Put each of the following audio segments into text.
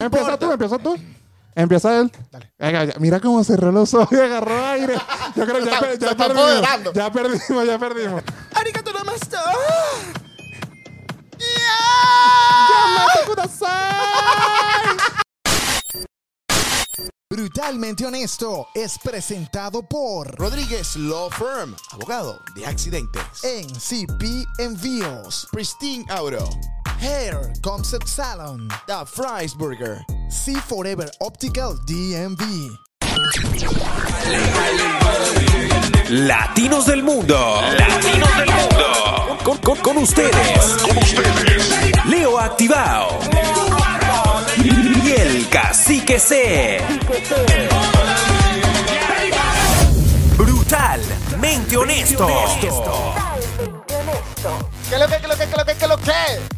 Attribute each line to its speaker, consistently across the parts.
Speaker 1: Empieza tú, empieza tú. Empieza él. Venga, ya- mira cómo cerró los ojos y agarró aire. Yo creo que ya, pe-
Speaker 2: Se
Speaker 1: ya
Speaker 2: está
Speaker 1: perdimos.
Speaker 2: apoderando.
Speaker 1: Ya perdimos, ya perdimos.
Speaker 2: Arigato namaste. Ah.
Speaker 1: ¡Yamato Kudasai!
Speaker 3: Brutalmente Honesto es presentado por
Speaker 2: Rodríguez Law Firm, abogado de accidentes.
Speaker 3: NCP Envíos,
Speaker 2: Pristine Auto,
Speaker 3: Hair Concept Salon,
Speaker 2: The Fries Burger.
Speaker 3: See Forever Optical DMV.
Speaker 4: Latinos del Mundo. Latinos del Mundo. Con, con- con ustedes. Leo Activado. Y el Cacique C. Brutalmente honesto.
Speaker 2: ¿Qué lo que, qué lo que, qué lo que, qué lo que?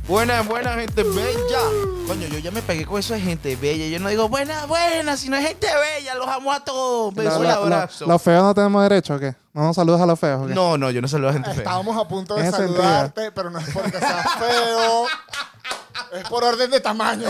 Speaker 2: Buenas, buenas, gente bella. Coño, yo ya me pegué con eso de gente bella. Yo no digo buenas, buenas, sino gente bella. Los amo a todos.
Speaker 1: La-
Speaker 2: Beso y
Speaker 1: la- la-
Speaker 2: abrazo.
Speaker 1: ¿Los feos no tenemos derecho o qué? ¿No nos saludas a los feos o qué?
Speaker 2: No, no, yo no saludo a gente fea.
Speaker 5: Estábamos a punto de
Speaker 1: Tiene sentido.
Speaker 5: saludarte, pero no es porque seas feo. es por orden de tamaño.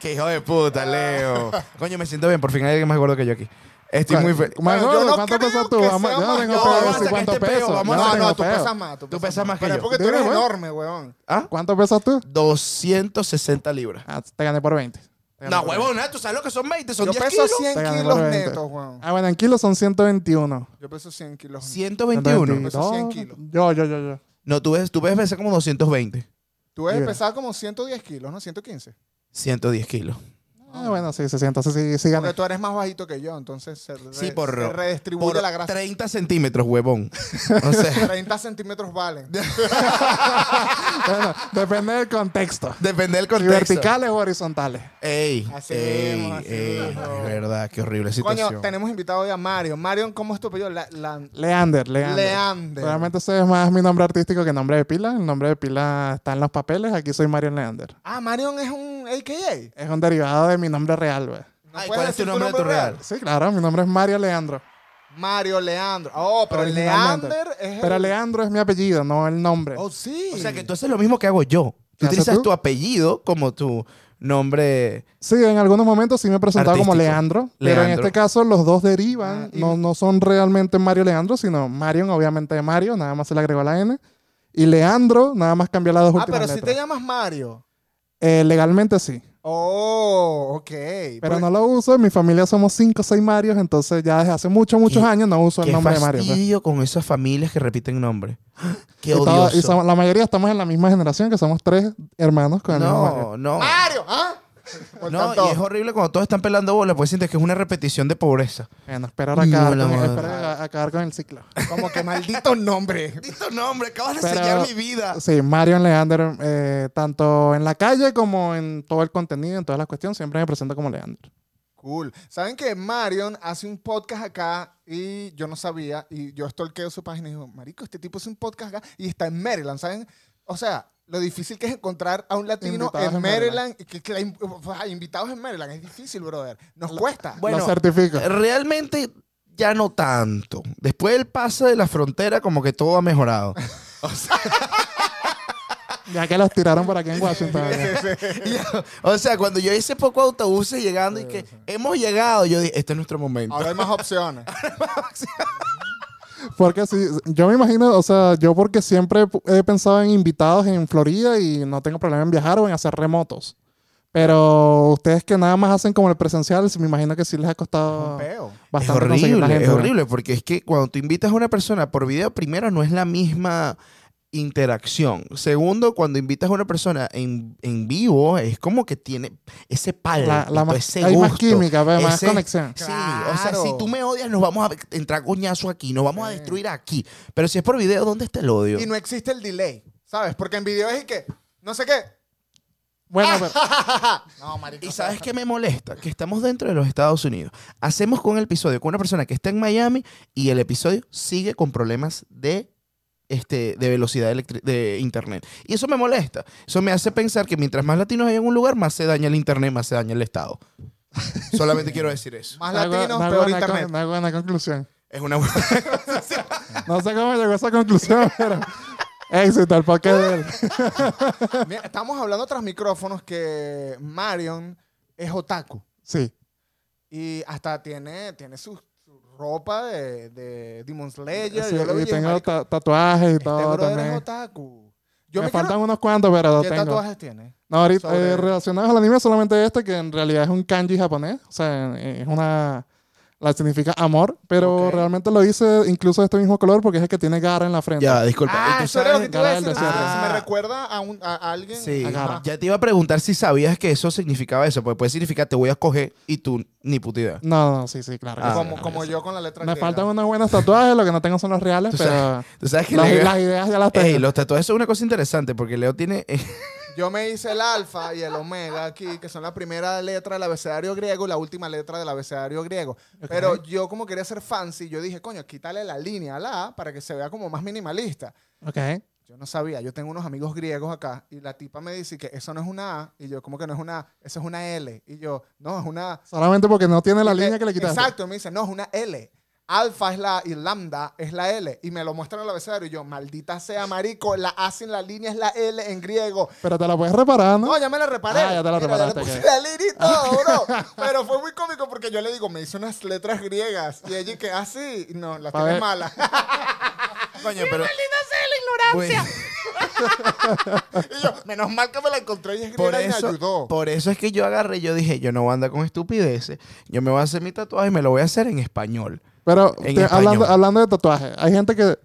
Speaker 2: Qué hijo de puta, Leo. Coño, me siento bien. Por fin hay alguien más gordo que yo aquí. Estoy muy feliz.
Speaker 1: Más
Speaker 5: Bueno,
Speaker 1: gordo,
Speaker 5: yo no
Speaker 1: ¿Cuánto
Speaker 5: creo
Speaker 1: pesas tú?
Speaker 5: que
Speaker 1: Vamos-
Speaker 5: sea
Speaker 1: Yo no
Speaker 5: más
Speaker 1: tengo
Speaker 2: gordo.
Speaker 1: peso.
Speaker 2: Vamos a
Speaker 1: ¿sí?
Speaker 2: sacar
Speaker 1: ¿Cuánto
Speaker 2: este
Speaker 1: peso?
Speaker 2: peo, vamos
Speaker 1: Yo
Speaker 2: a
Speaker 1: no
Speaker 2: sacar-
Speaker 1: tengo
Speaker 5: No, no, tú
Speaker 1: peso.
Speaker 5: pesas más. Tú,
Speaker 2: Tú pesas más que
Speaker 5: Pero es
Speaker 2: yo.
Speaker 5: porque tú
Speaker 1: ¿De
Speaker 5: eres
Speaker 1: verdad?
Speaker 5: enorme, weón.
Speaker 2: ¿Ah?
Speaker 1: ¿Cuánto pesas tú?
Speaker 2: 260 libras.
Speaker 1: Ah, te gané por 20. Te gané
Speaker 2: No,
Speaker 1: por
Speaker 2: huevona, tú sabes lo que son 20, son
Speaker 5: Yo
Speaker 2: 10
Speaker 5: peso
Speaker 2: kilos.
Speaker 5: 100
Speaker 1: Te gané
Speaker 5: kilos
Speaker 1: por 20.
Speaker 5: netos, weón.
Speaker 1: 20. Ah, bueno, en kilos son 121.
Speaker 5: Yo peso 100 kilos.
Speaker 2: 121.
Speaker 5: Peso 100 kilos.
Speaker 1: Yo, yo, yo, yo.
Speaker 2: No, tú ves, tú ves pesar como 220.
Speaker 5: Tú debes
Speaker 1: Mira.
Speaker 5: pesar como 110 kilos, ¿no? 115.
Speaker 2: 110 kilos.
Speaker 1: Ah, bueno, sí, se sienta, sí, sí, sí, gané.
Speaker 5: Porque tú eres más bajito que yo, entonces se, re-
Speaker 2: Sí, por-
Speaker 5: se redistribuye
Speaker 2: Por
Speaker 5: la grasa.
Speaker 2: 30 centímetros, huevón. O sea,
Speaker 5: 30 centímetros valen.
Speaker 1: Bueno, depende del contexto.
Speaker 2: depende del
Speaker 1: Si
Speaker 2: contexto.
Speaker 1: verticales o horizontales.
Speaker 2: Ey,
Speaker 5: Así
Speaker 2: ey,
Speaker 5: mismo, así
Speaker 2: ey,
Speaker 5: mismo.
Speaker 2: de verdad, qué horrible situación.
Speaker 5: Coño, tenemos invitado hoy a Mario. Mario, ¿cómo es tu apellido? La- la-
Speaker 1: Leander, Leander.
Speaker 5: Leander.
Speaker 1: Realmente ese es más mi nombre artístico que nombre de pila. El nombre de pila está en los papeles. Aquí soy Marion Leander.
Speaker 5: Ah, Marion es un AKA.
Speaker 1: Es un derivado de mi nombre real, güey.
Speaker 5: ¿No
Speaker 2: Ay,
Speaker 5: puedes
Speaker 2: ¿cuál es tu
Speaker 5: decir
Speaker 2: nombre de tu real?
Speaker 1: Sí, claro, mi nombre es Mario Leandro.
Speaker 5: Mario Leandro. Oh, pero
Speaker 1: originalmente.
Speaker 5: Leander es
Speaker 1: Pero
Speaker 5: el-
Speaker 1: Leandro es mi apellido, no el nombre.
Speaker 5: Oh, sí.
Speaker 2: O sea, que tú haces lo mismo que hago yo.
Speaker 1: ¿Qué
Speaker 2: Tú
Speaker 1: haces
Speaker 2: utilizas
Speaker 1: tú?
Speaker 2: tu apellido como tu nombre.
Speaker 1: Sí, en algunos momentos sí me he presentado como
Speaker 2: Artístico.
Speaker 1: Leandro, Pero en
Speaker 2: Leandro.
Speaker 1: este caso los dos derivan.
Speaker 5: Ah, y-
Speaker 1: no, no son realmente Mario Leandro, sino Marion, obviamente de Mario, nada más se le agregó la N. Y Leandro, nada más cambió las dos
Speaker 5: Ah,
Speaker 1: últimas
Speaker 5: pero si te
Speaker 1: letras.
Speaker 5: llamas Mario.
Speaker 1: Eh, legalmente sí.
Speaker 5: Oh, ok.
Speaker 1: Pero
Speaker 2: pues
Speaker 1: no lo uso, en mi familia somos cinco o seis Marios, entonces ya desde hace muchos, muchos
Speaker 2: Qué-
Speaker 1: años no uso el
Speaker 2: Qué
Speaker 1: nombre de Mario. pues.
Speaker 2: fastidio con esas familias que repiten nombre. Qué
Speaker 1: Y todo- y
Speaker 2: odioso.
Speaker 1: somos- la mayoría estamos en la misma generación, que somos tres hermanos con el mismo Mario.
Speaker 2: No, no.
Speaker 5: Mario, ¿ah? Por
Speaker 2: No,
Speaker 5: tanto,
Speaker 2: y es horrible cuando todos están pelando bolas, pues sientes que es una repetición de pobreza.
Speaker 1: Bueno, esperar,
Speaker 2: No,
Speaker 1: acabar,
Speaker 2: la
Speaker 1: con,
Speaker 2: madre.
Speaker 1: esperar a- acabar con el ciclo.
Speaker 5: como que maldito nombre.
Speaker 2: Maldito nombre, acabas de
Speaker 1: Pero-
Speaker 2: sellar mi vida.
Speaker 1: Sí, Marion Leander, eh, tanto en la calle como en todo el contenido, en todas las cuestiones, siempre me presento como Leander.
Speaker 5: Cool. ¿Saben que Marion hace un podcast acá y yo no sabía y yo stalkeo su página y digo, marico, este tipo hace un podcast acá y está en Maryland, ¿saben? O sea, lo difícil que es encontrar a un latino
Speaker 1: Invitados
Speaker 5: en
Speaker 1: en
Speaker 5: Maryland, y que, que la in- ah, invitados en Maryland, es difícil, brother. Nos cuesta.
Speaker 2: Bueno, eh,
Speaker 1: Lo certifico.
Speaker 2: Realmente ya no tanto. Después del pase de la frontera, como que todo ha mejorado.
Speaker 1: Ya que los tiraron por aquí en Washington.
Speaker 2: Y yo- o sea, cuando yo hice poco autobuses llegando y que hemos llegado, yo dije, este es nuestro momento.
Speaker 5: Ahora hay más opciones.
Speaker 1: Porque sí, yo me imagino, o sea, yo porque siempre he pensado en invitados en Florida y no tengo problema en viajar o en hacer remotos. Pero ustedes que nada más hacen como el presencial, me imagino que sí les ha costado
Speaker 5: Peo.
Speaker 1: bastante
Speaker 2: es
Speaker 1: conseguir la
Speaker 2: horrible,
Speaker 1: gente.
Speaker 2: es
Speaker 1: ¿no?
Speaker 2: horrible, porque es que cuando tú invitas a una persona por video, primero no es la misma interacción. Segundo, cuando invitas a una persona en, en vivo, es como que tiene ese palo,
Speaker 1: La- la más-
Speaker 2: ese
Speaker 1: hay más
Speaker 2: gusto,
Speaker 1: química, pues, más
Speaker 2: ese-
Speaker 1: conexión.
Speaker 2: Sí, o sea,
Speaker 5: Claro.
Speaker 2: si tú me odias, nos vamos a entrar coñazo aquí, nos vamos a
Speaker 5: Sí.
Speaker 2: destruir aquí. Pero si es por video, ¿dónde está el odio?
Speaker 5: Y no existe el delay, ¿sabes? Porque en video es y que, no sé qué. Ah,
Speaker 1: Bueno, pero,
Speaker 5: No, marico.
Speaker 2: ¿Y sabes qué me molesta? Que estamos dentro de los Estados Unidos. Hacemos con el episodio con una persona que está en Miami y el episodio sigue con problemas de, este, de velocidad electri- de internet. Y eso me molesta. Eso me hace pensar que mientras más latinos hay en un lugar, más se daña el internet, más se daña el Estado. Solamente quiero decir eso.
Speaker 5: Más
Speaker 1: no hago-
Speaker 5: latinos,
Speaker 1: no hago
Speaker 5: ah, peor
Speaker 1: una con-
Speaker 5: internet.
Speaker 1: no hago una conclusión.
Speaker 2: Es una buena...
Speaker 1: No sé cómo llegó a esa conclusión, pero Éxito al podcast de él.
Speaker 5: Mira, estamos hablando tras micrófonos que Marion es otaku.
Speaker 1: Sí.
Speaker 5: Y hasta tiene, tiene su, su ropa de, de Demon Slayer.
Speaker 1: Sí,
Speaker 5: Eh, yo lo vi
Speaker 1: y
Speaker 5: y es,
Speaker 1: tengo
Speaker 5: "Marico,
Speaker 1: ta- tatuajes y
Speaker 5: este
Speaker 1: todo
Speaker 5: brother es
Speaker 1: también.
Speaker 5: otaku. Yo
Speaker 1: Me,
Speaker 5: me, quiero-
Speaker 1: faltan unos cuantos, pero los
Speaker 5: ¿Qué
Speaker 1: tengo.
Speaker 5: tatuajes tiene?
Speaker 1: No, ahorita,
Speaker 5: sobre-
Speaker 1: eh, relacionados al anime, solamente este, que en realidad es un kanji japonés. O sea, eh, es una. La significa amor, pero
Speaker 5: Ok.
Speaker 1: realmente lo hice incluso de este mismo color porque es el que tiene Gara en la frente.
Speaker 2: Ya, disculpa. ¿y
Speaker 5: Ah,
Speaker 2: tú
Speaker 5: eso era lo
Speaker 2: sabes-
Speaker 5: que te iba a
Speaker 1: Gabriel
Speaker 5: decir.
Speaker 1: del Cierre.
Speaker 5: Ah, Me recuerda a, un, a alguien.
Speaker 2: Sí.
Speaker 1: Agarra.
Speaker 2: Ya te iba a preguntar si sabías que eso significaba eso, porque puede significar te voy a coger y tú ni puta idea.
Speaker 1: No, no, sí, sí, claro. que
Speaker 2: Ah,
Speaker 1: sí.
Speaker 5: como como yo con la letra
Speaker 1: Me
Speaker 5: griega.
Speaker 1: faltan unos buenos tatuajes, lo que no tengo son los reales,
Speaker 2: Tú
Speaker 1: pero
Speaker 2: sabes, tú sabes que
Speaker 1: las,
Speaker 2: Leo-
Speaker 1: las ideas ya las tengo.
Speaker 2: Ey, los tatuajes son una cosa interesante porque Leo tiene. eh,
Speaker 5: Yo me hice el alfa y el omega aquí, que son la primera letra del abecedario griego y la última letra del abecedario griego. Pero yo, como quería ser fancy, yo dije, coño, quítale la línea a la A para que se vea como más minimalista.
Speaker 1: Ok.
Speaker 5: Yo no sabía, yo tengo unos amigos griegos acá y la tipa me dice que eso no es una A y yo, como que no es una A? Eso es una L. Y yo, no, es una A.
Speaker 1: Solamente porque no tiene la
Speaker 5: Y me-
Speaker 1: línea que le quitaste.
Speaker 5: Exacto, me dice, no, es una L. Alfa es la A y lambda es la L. Y me lo muestran en el abecedario y yo, maldita sea, marico, la A sin la línea es la L en griego.
Speaker 1: Pero te la puedes reparar, ¿no?
Speaker 5: No, ya me la reparé.
Speaker 1: Ah, ya te la
Speaker 5: Mira,
Speaker 1: reparaste,
Speaker 5: le puse
Speaker 1: ok. Ah.
Speaker 5: la línea y todo, bro. Pero fue muy cómico porque yo le digo, me hizo unas letras griegas. Y ella que, ah, sí. No, las
Speaker 1: Pa'
Speaker 5: tienes
Speaker 1: ver.
Speaker 5: malas.
Speaker 2: Coño, pero.
Speaker 5: la ignorancia. y yo, menos mal que me la encontré y es
Speaker 2: Por
Speaker 5: griega y me
Speaker 2: eso,
Speaker 5: ayudó.
Speaker 2: por eso es que yo agarré y yo dije, yo no voy a andar con estupideces, yo me voy a hacer mi tatuaje y me lo voy a hacer en español.
Speaker 1: Pero
Speaker 2: En
Speaker 1: te-
Speaker 2: español.
Speaker 1: hablando, hablando de tatuajes, hay gente que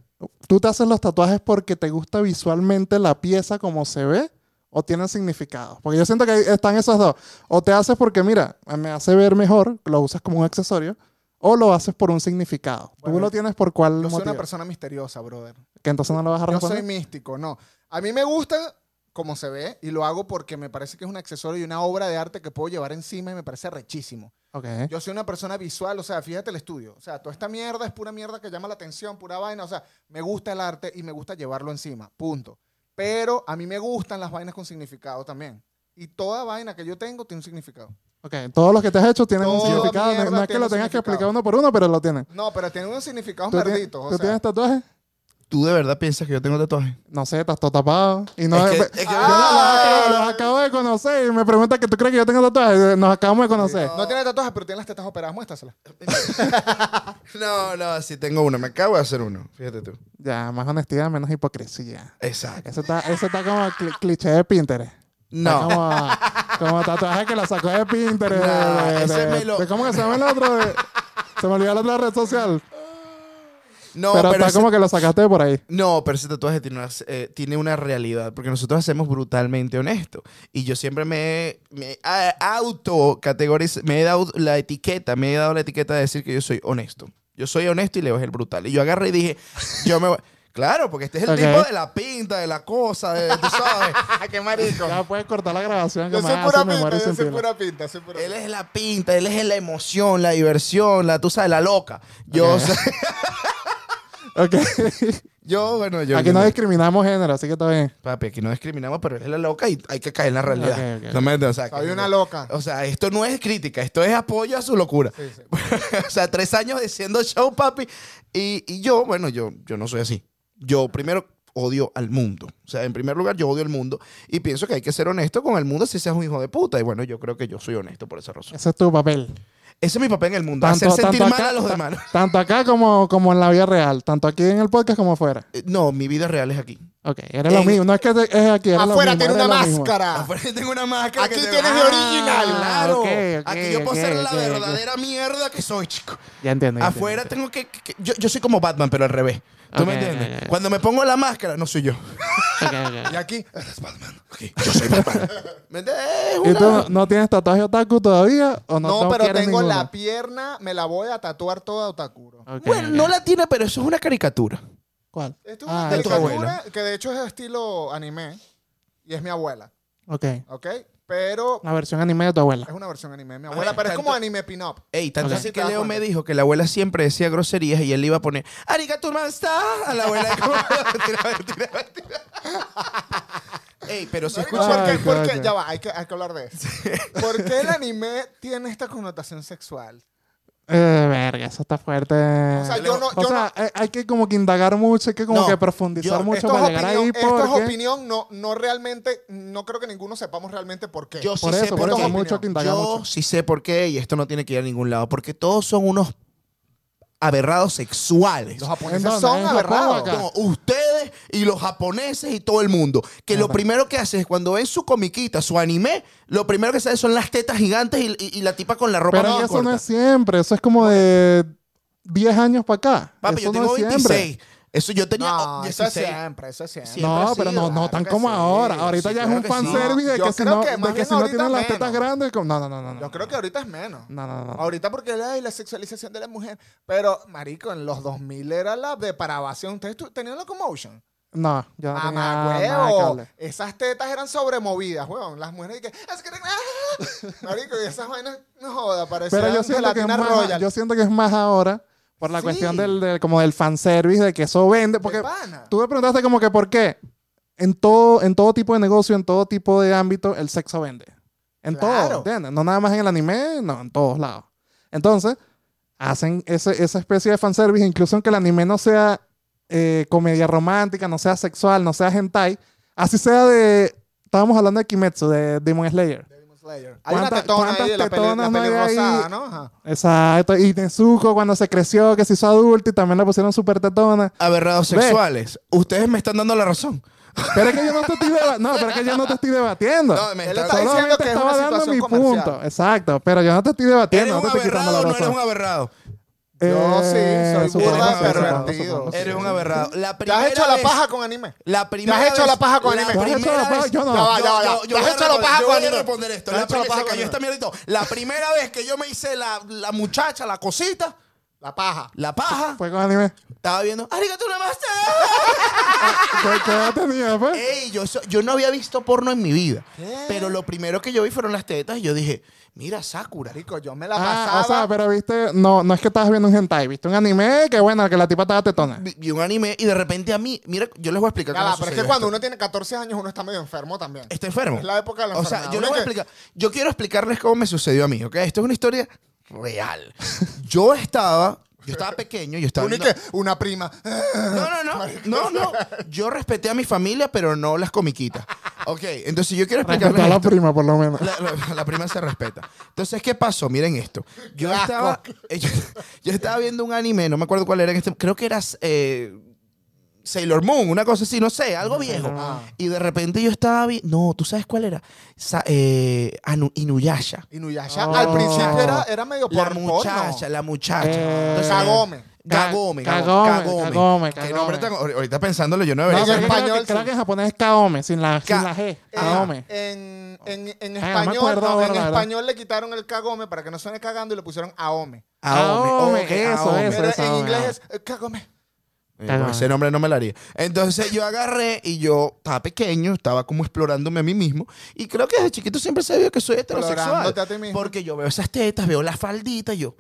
Speaker 1: tú te haces los tatuajes porque te gusta visualmente la pieza como se ve o tienen significado. Porque yo siento que ahí están esas dos. O te haces porque, mira, me hace ver mejor, lo usas como un accesorio, o lo haces por un significado.
Speaker 5: Bueno,
Speaker 1: tú lo tienes por cuál
Speaker 5: Yo soy una
Speaker 1: motivo.
Speaker 5: persona misteriosa, brother.
Speaker 1: Que entonces no lo vas a
Speaker 5: Yo
Speaker 1: responder.
Speaker 5: soy místico, no. A mí me gusta como se ve y lo hago porque me parece que es un accesorio y una obra de arte que puedo llevar encima y me parece rechísimo.
Speaker 1: Ok.
Speaker 5: Yo soy una persona visual, o sea, fíjate el estudio. O sea, toda esta mierda es pura mierda que llama la atención, pura vaina. O sea, me gusta el arte y me gusta llevarlo encima, punto. Pero a mí me gustan las vainas con significado también. Y toda vaina que yo tengo tiene un significado.
Speaker 1: Ok, todos los que te has hecho tienen un
Speaker 5: Toda
Speaker 1: significado. No-
Speaker 5: mierda
Speaker 1: No es que
Speaker 5: tiene
Speaker 1: lo
Speaker 5: un
Speaker 1: tengas que
Speaker 5: significado.
Speaker 1: explicar uno por uno, pero lo tienen.
Speaker 5: No, pero tiene unos significados
Speaker 1: ¿Tú, tienes,
Speaker 5: malditos.
Speaker 1: ¿tú
Speaker 5: O sea,
Speaker 1: tienes tatuajes?
Speaker 2: ¿Tú de verdad piensas que yo tengo tatuaje?
Speaker 1: No sé, estás todo tapado. Y no,
Speaker 2: Es que-
Speaker 1: ve-
Speaker 2: es que- Ah.
Speaker 1: yo no- los, acabo, los acabo de conocer y me pregunta que tú crees que yo tengo tatuajes. eh, Nos acabamos de conocer.
Speaker 5: no tiene tatuajes, pero tiene las tetas operadas. Muéstraselas.
Speaker 2: No, no, sí tengo uno, me acabo de hacer uno, fíjate tú.
Speaker 1: Ya, más honestidad, menos hipocresía.
Speaker 2: Exacto.
Speaker 1: Eso está, eso está como cli- cliché de Pinterest. Está
Speaker 2: No,
Speaker 1: Como, como tatuaje que la sacó de Pinterest.
Speaker 2: No,
Speaker 1: de- de-
Speaker 2: ese
Speaker 1: de-
Speaker 2: me lo-
Speaker 1: de- ¿Cómo que se llama el otro? De- se me olvidó la otra red social.
Speaker 2: no,
Speaker 1: pero,
Speaker 2: pero,
Speaker 1: está
Speaker 2: ese-
Speaker 1: como que lo sacaste de por ahí.
Speaker 2: No, pero ese tatuaje tiene una, eh, tiene una realidad, porque nosotros hacemos brutalmente honesto. Y yo siempre me, me auto me he dado la etiqueta, me he dado la etiqueta de decir que yo soy honesto. Yo soy honesto y Leo es el brutal. Y yo agarré y dije, yo me voy. Claro, porque este es el
Speaker 1: Ok.
Speaker 2: tipo de la pinta, de la cosa, de, tú sabes.
Speaker 5: Ah, ¡Qué marico!
Speaker 1: Ya puedes cortar la grabación. Que
Speaker 5: Yo
Speaker 1: me
Speaker 5: soy
Speaker 1: hace
Speaker 5: pura
Speaker 1: memoria
Speaker 5: pinta, yo
Speaker 1: sin
Speaker 5: soy
Speaker 1: pila.
Speaker 5: pura pinta, soy pura
Speaker 2: Él
Speaker 5: pinta.
Speaker 2: es la pinta, él es la emoción, la diversión, la, tú sabes, la loca. Yo,
Speaker 1: Ok.
Speaker 2: soy-
Speaker 1: Ok.
Speaker 2: yo bueno, yo.
Speaker 1: Aquí
Speaker 2: yo
Speaker 1: no discriminamos género, así que está bien.
Speaker 2: Papi, aquí no discriminamos, pero él es la loca y hay que caer en la realidad.
Speaker 1: Ok, ok.
Speaker 2: No me entiendes, o sea,
Speaker 5: Soy
Speaker 2: que-
Speaker 5: una loca.
Speaker 2: O sea, esto no es crítica, esto es apoyo a su locura. o sea, tres años diciendo show, papi. Y, y yo, bueno, yo, yo no soy así. Yo primero odio al mundo. O sea, en primer lugar, yo odio al mundo y pienso que hay que ser honesto con el mundo si seas un hijo de puta. Y bueno, yo creo que yo soy honesto por esa razón.
Speaker 1: Ese es tu papel.
Speaker 2: Ese es mi papel en el mundo, hacer sentir mal a los
Speaker 1: ta-
Speaker 2: demás.
Speaker 1: tanto acá como, como en la vida real, tanto aquí en el podcast como afuera.
Speaker 2: Eh, No, mi vida real es aquí.
Speaker 1: Ok, eres lo
Speaker 2: En-
Speaker 1: mismo. No es que te- es aquí, eres lo
Speaker 5: Afuera
Speaker 1: mismo,
Speaker 5: tiene
Speaker 1: eres
Speaker 5: una
Speaker 1: lo mismo.
Speaker 5: máscara.
Speaker 2: Afuera tengo una máscara.
Speaker 5: Aquí
Speaker 2: que te-
Speaker 5: tienes de
Speaker 2: Ah,
Speaker 5: original.
Speaker 2: Claro.
Speaker 1: ok, ok,
Speaker 2: aquí yo puedo
Speaker 1: ok,
Speaker 2: ser la
Speaker 1: ok, ok.
Speaker 2: verdadera mierda que soy, chico.
Speaker 1: Ya entiendo. ya
Speaker 2: Afuera
Speaker 1: entiendo.
Speaker 2: tengo que. que- que- yo, yo soy como Batman, pero al revés. ¿Tú me
Speaker 1: Ok,
Speaker 2: entiendes?
Speaker 1: ok, ok.
Speaker 2: Cuando me pongo la máscara, no soy yo.
Speaker 1: Ok, ok.
Speaker 5: Y aquí,
Speaker 2: Ok, yo soy Batman. ¿Me entiendes? Es
Speaker 1: ¿Y
Speaker 2: una-
Speaker 1: tú no tienes tatuaje otaku todavía? ¿O no,
Speaker 5: no,
Speaker 1: no
Speaker 5: pero
Speaker 1: quieres
Speaker 5: tengo
Speaker 1: ninguno?
Speaker 5: la pierna, me la voy a tatuar toda otakuro.
Speaker 1: Ok,
Speaker 2: Bueno,
Speaker 1: ok.
Speaker 2: no la tiene, pero eso es una caricatura.
Speaker 1: ¿Cuál?
Speaker 5: Esto es una
Speaker 1: Ah,
Speaker 2: de tu
Speaker 1: ok.
Speaker 5: caricatura que de hecho es de estilo anime y es mi abuela,
Speaker 1: Ok.
Speaker 5: ¿ok? Pero
Speaker 1: La versión anime de tu abuela.
Speaker 5: es una versión anime de mi abuela,
Speaker 2: Bueno,
Speaker 5: pero es
Speaker 2: tanto-
Speaker 5: como anime pin-up.
Speaker 2: Ey, tanto
Speaker 1: Ok.
Speaker 2: así
Speaker 5: ¿Te
Speaker 2: que
Speaker 5: das
Speaker 2: Leo me
Speaker 5: cuenta?
Speaker 2: dijo que la abuela siempre decía groserías y él le iba a poner Arigaturman está a la abuela. y como- mentira, mentira, mentira. Ey, pero si
Speaker 5: Marico,
Speaker 2: escuchas.
Speaker 5: ¿por qué?
Speaker 1: Ay,
Speaker 5: ¿Por qué?
Speaker 1: coño.
Speaker 5: Ya va, hay que, hay que hablar de eso. ¿Por qué el anime tiene esta connotación sexual?
Speaker 1: Eh, verga, eso está fuerte. O
Speaker 5: sea, yo no-
Speaker 1: O
Speaker 5: yo
Speaker 1: sea, eh, hay que como que indagar mucho, hay que como
Speaker 2: No,
Speaker 1: que profundizar
Speaker 2: yo-
Speaker 1: mucho
Speaker 5: Esto es
Speaker 1: para llegar
Speaker 5: opinión,
Speaker 1: ahí
Speaker 5: esto es
Speaker 1: porque...
Speaker 5: opinión, no, no realmente, no creo que ninguno sepamos realmente por qué.
Speaker 2: Yo sí
Speaker 1: Por
Speaker 2: sé
Speaker 1: eso,
Speaker 2: por
Speaker 1: por eso
Speaker 2: qué.
Speaker 1: hay mucho que indagar
Speaker 2: Yo
Speaker 1: mucho.
Speaker 2: sí sé por qué, y esto no tiene que ir a ningún lado, porque todos son unos aberrados sexuales.
Speaker 5: Los japoneses
Speaker 1: ¿En dónde?
Speaker 5: son
Speaker 1: ¿En Japón o
Speaker 5: aberrados.
Speaker 1: acá?
Speaker 2: No, ustedes y los japoneses y todo el mundo. Que lo primero que hacen es cuando ven su comiquita, su anime, lo primero que sale son las tetas gigantes y, y- y la tipa con la ropa
Speaker 1: Pero
Speaker 2: medio
Speaker 1: eso no
Speaker 2: corta.
Speaker 1: es siempre, eso es como de 10 años para acá.
Speaker 2: Papi,
Speaker 1: eso no
Speaker 2: yo tengo
Speaker 1: es siempre.
Speaker 2: 26. Eso yo tenía
Speaker 5: No,
Speaker 2: oh,
Speaker 5: eso es
Speaker 2: 16.
Speaker 5: siempre, eso es siempre.
Speaker 2: Siempre.
Speaker 1: No,
Speaker 2: ha
Speaker 1: pero
Speaker 2: sido,
Speaker 1: no, no
Speaker 5: claro
Speaker 1: tan
Speaker 5: que
Speaker 1: como
Speaker 5: sí,
Speaker 1: ahora. Ahorita
Speaker 2: sí,
Speaker 1: ya es
Speaker 2: claro
Speaker 1: un
Speaker 2: que sí.
Speaker 1: fanservice de
Speaker 5: Yo
Speaker 1: que si
Speaker 5: creo
Speaker 1: no,
Speaker 5: que
Speaker 1: de
Speaker 5: más
Speaker 1: que
Speaker 5: bien
Speaker 1: si no
Speaker 5: ahorita
Speaker 1: tienen las tetas
Speaker 5: menos.
Speaker 1: grandes. como- No, no, no, no. no.
Speaker 5: Yo creo que ahorita es menos.
Speaker 1: No, no, no, no.
Speaker 5: Ahorita porque la, la sexualización de la mujer. Pero, marico, en los 2000 era la depravación. ¿Ustedes tu- tenían locomotion?
Speaker 1: No, yo no
Speaker 5: Ah, Pues
Speaker 1: tenía
Speaker 5: ma,
Speaker 1: nada que
Speaker 5: huevo.
Speaker 1: hablar.
Speaker 5: Esas tetas eran sobremovidas, huevón. Las mujeres que... marico, y esas vainas, no joda, parecían
Speaker 1: Pero yo siento, que es
Speaker 5: gelatina
Speaker 1: más,
Speaker 5: royal.
Speaker 1: yo siento que es más ahora por la
Speaker 5: Sí.
Speaker 1: cuestión del, del- como del fanservice, de que eso vende. Porque
Speaker 5: pana.
Speaker 1: tú me preguntaste como que por qué. En todo, en todo tipo de negocio, en todo tipo de ámbito, el sexo vende. En
Speaker 5: Claro.
Speaker 1: todo, ¿entiendes? No nada más en el anime, no, en todos lados. Entonces, hacen ese- esa especie de fanservice, incluso aunque el anime no sea eh, comedia romántica, no sea sexual, no sea hentai, así sea de... Estábamos hablando de Kimetsu, de Demon Slayer.
Speaker 5: Demon Slayer. Hay una
Speaker 1: ¿Cuántas-
Speaker 5: tetona
Speaker 1: cuántas
Speaker 5: ahí, la peli-
Speaker 1: tetonas
Speaker 5: la
Speaker 1: no hay ahí?
Speaker 5: pelirrosada, ¿no? Ajá.
Speaker 1: Exacto. Y Nezuko cuando se creció, que se hizo adulto y también la pusieron súper tetona.
Speaker 2: Aberrados
Speaker 1: Ve.
Speaker 2: sexuales. Ustedes me están dando la razón.
Speaker 1: Pero es que yo no te estoy debatiendo. No, pero es que yo no te estoy debatiendo.
Speaker 2: No, me
Speaker 5: Él
Speaker 2: están-
Speaker 5: está diciendo
Speaker 1: Solamente
Speaker 5: que es
Speaker 1: estaba
Speaker 5: una
Speaker 1: dando
Speaker 5: situación
Speaker 1: mi
Speaker 5: comercial.
Speaker 1: punto. Exacto. Pero yo no te estoy debatiendo.
Speaker 2: ¿Eres
Speaker 1: no
Speaker 2: un
Speaker 1: te estoy quitando
Speaker 2: aberrado o
Speaker 1: la
Speaker 2: no eres
Speaker 1: razón.
Speaker 2: un aberrado?
Speaker 5: Yo
Speaker 1: Eh,
Speaker 5: sí, soy
Speaker 1: supongo
Speaker 2: burda
Speaker 1: que sí,
Speaker 2: pervertido.
Speaker 1: supongo, supongo que
Speaker 2: Eres
Speaker 1: sí.
Speaker 2: un aberrado. La
Speaker 5: ¿Te
Speaker 2: primera
Speaker 5: has hecho la
Speaker 2: vez-
Speaker 5: paja con anime?
Speaker 2: La primera
Speaker 5: hecho
Speaker 2: vez-
Speaker 5: la paja con anime? ¿Te
Speaker 1: has hecho
Speaker 2: primera
Speaker 1: la paja?
Speaker 2: vez-
Speaker 1: Yo no. Ya
Speaker 5: va, ya va, ya
Speaker 2: yo
Speaker 5: va. ¿Te
Speaker 2: voy
Speaker 5: has
Speaker 2: a
Speaker 5: hecho la
Speaker 2: responder-
Speaker 5: paja
Speaker 2: yo voy a
Speaker 5: con anime?
Speaker 2: responder esto.
Speaker 5: ¿Te has
Speaker 2: La
Speaker 5: hecho la
Speaker 2: primera-
Speaker 5: paja
Speaker 2: se
Speaker 5: con
Speaker 2: cayó
Speaker 5: anime?
Speaker 2: esta mierda y todo. La primera vez que yo me hice la, la muchacha, la cosita,
Speaker 5: La paja.
Speaker 2: la paja,
Speaker 1: Fue con anime.
Speaker 2: estaba viendo. ¡Arigato namaste!
Speaker 1: ¿Qué, qué edad tenía, pues?
Speaker 2: Ey, yo, so- yo no había visto porno en mi vida. Pero lo primero que yo vi fueron las tetas y yo dije, mira, Sakura.
Speaker 5: Marico, yo me la
Speaker 1: Ah, o sea,
Speaker 5: pasaba.
Speaker 1: pero viste, no, no es que estabas viendo un hentai, viste un anime que bueno, que la tipa estaba tetona.
Speaker 2: Vi vi un anime y de repente a mí, mira, yo les voy a explicar
Speaker 5: Ya
Speaker 2: cómo
Speaker 5: va, Ah, pero es
Speaker 2: sucedió
Speaker 5: que cuando
Speaker 2: esto.
Speaker 5: uno tiene 14 años uno está medio enfermo también.
Speaker 2: Está enfermo.
Speaker 5: Es la época de la
Speaker 2: O sea,
Speaker 5: enfermedad.
Speaker 2: yo
Speaker 5: Uno
Speaker 2: les voy a
Speaker 5: que-
Speaker 2: explicar. Yo quiero explicarles cómo me sucedió a mí, ¿ok? Esto es una historia real. Yo estaba, yo estaba pequeño, yo estaba.
Speaker 5: Uno y
Speaker 2: viendo-
Speaker 5: que una prima.
Speaker 2: No, no, no, no, no. Yo respeté a mi familia, pero no las comiquitas. Ok, entonces yo quiero explicarles.
Speaker 1: Respetó a la
Speaker 2: esto.
Speaker 1: prima, por lo menos.
Speaker 2: La, la- la prima se respeta. Entonces, ¿qué pasó? Miren esto. Yo
Speaker 5: Qué
Speaker 2: estaba,
Speaker 5: asco.
Speaker 2: eh, yo, yo estaba viendo un anime, no me acuerdo cuál era en este. Creo que era eh, Sailor Moon, una cosa así, no sé,
Speaker 5: Ah.
Speaker 2: algo viejo.
Speaker 5: Moon.
Speaker 2: Y de repente yo estaba vi- No, ¿tú sabes cuál era? Sa- eh, Anu- Inuyasha.
Speaker 5: Inuyasha
Speaker 1: Oh.
Speaker 5: al principio era, era medio
Speaker 2: La
Speaker 5: por
Speaker 2: muchacha, la muchacha.
Speaker 1: Eh,
Speaker 5: Kagome.
Speaker 2: Kagome,
Speaker 1: Ka-
Speaker 2: Kagome,
Speaker 1: Kagome,
Speaker 2: Kagome.
Speaker 1: Kagome,
Speaker 2: Qué nombre tan- ahor- Ahorita pensándolo, yo no
Speaker 1: No,
Speaker 2: debería
Speaker 5: Ella
Speaker 1: pero
Speaker 5: en
Speaker 1: creo que-
Speaker 5: español,
Speaker 1: creo
Speaker 5: sí.
Speaker 1: que en japonés es Kaome, sin la,
Speaker 2: Ka- eh,
Speaker 1: sin la G.
Speaker 5: En,
Speaker 1: Kaome.
Speaker 2: Oh.
Speaker 5: en, en, en
Speaker 1: Ah, no me
Speaker 5: español,
Speaker 1: acuerdo
Speaker 5: no,
Speaker 1: ahora,
Speaker 5: en
Speaker 1: la verdad.
Speaker 5: español le quitaron el Kagome para que no suene cagando y le pusieron Aome.
Speaker 2: Aome,
Speaker 1: Aome,
Speaker 2: ok,
Speaker 1: eso,
Speaker 2: Aome.
Speaker 1: eso.
Speaker 5: Pero en
Speaker 1: Aome, Aome.
Speaker 5: inglés es eh, Kagome.
Speaker 2: Eh,
Speaker 1: Cagón.
Speaker 2: con ese nombre no me la haría. Entonces yo agarré y yo estaba pequeño, estaba como explorándome a mí mismo. Y creo que desde chiquito siempre se vio que soy heterosexual.
Speaker 5: Explorándote a ti mismo.
Speaker 2: Porque yo veo esas tetas, veo la faldita y yo.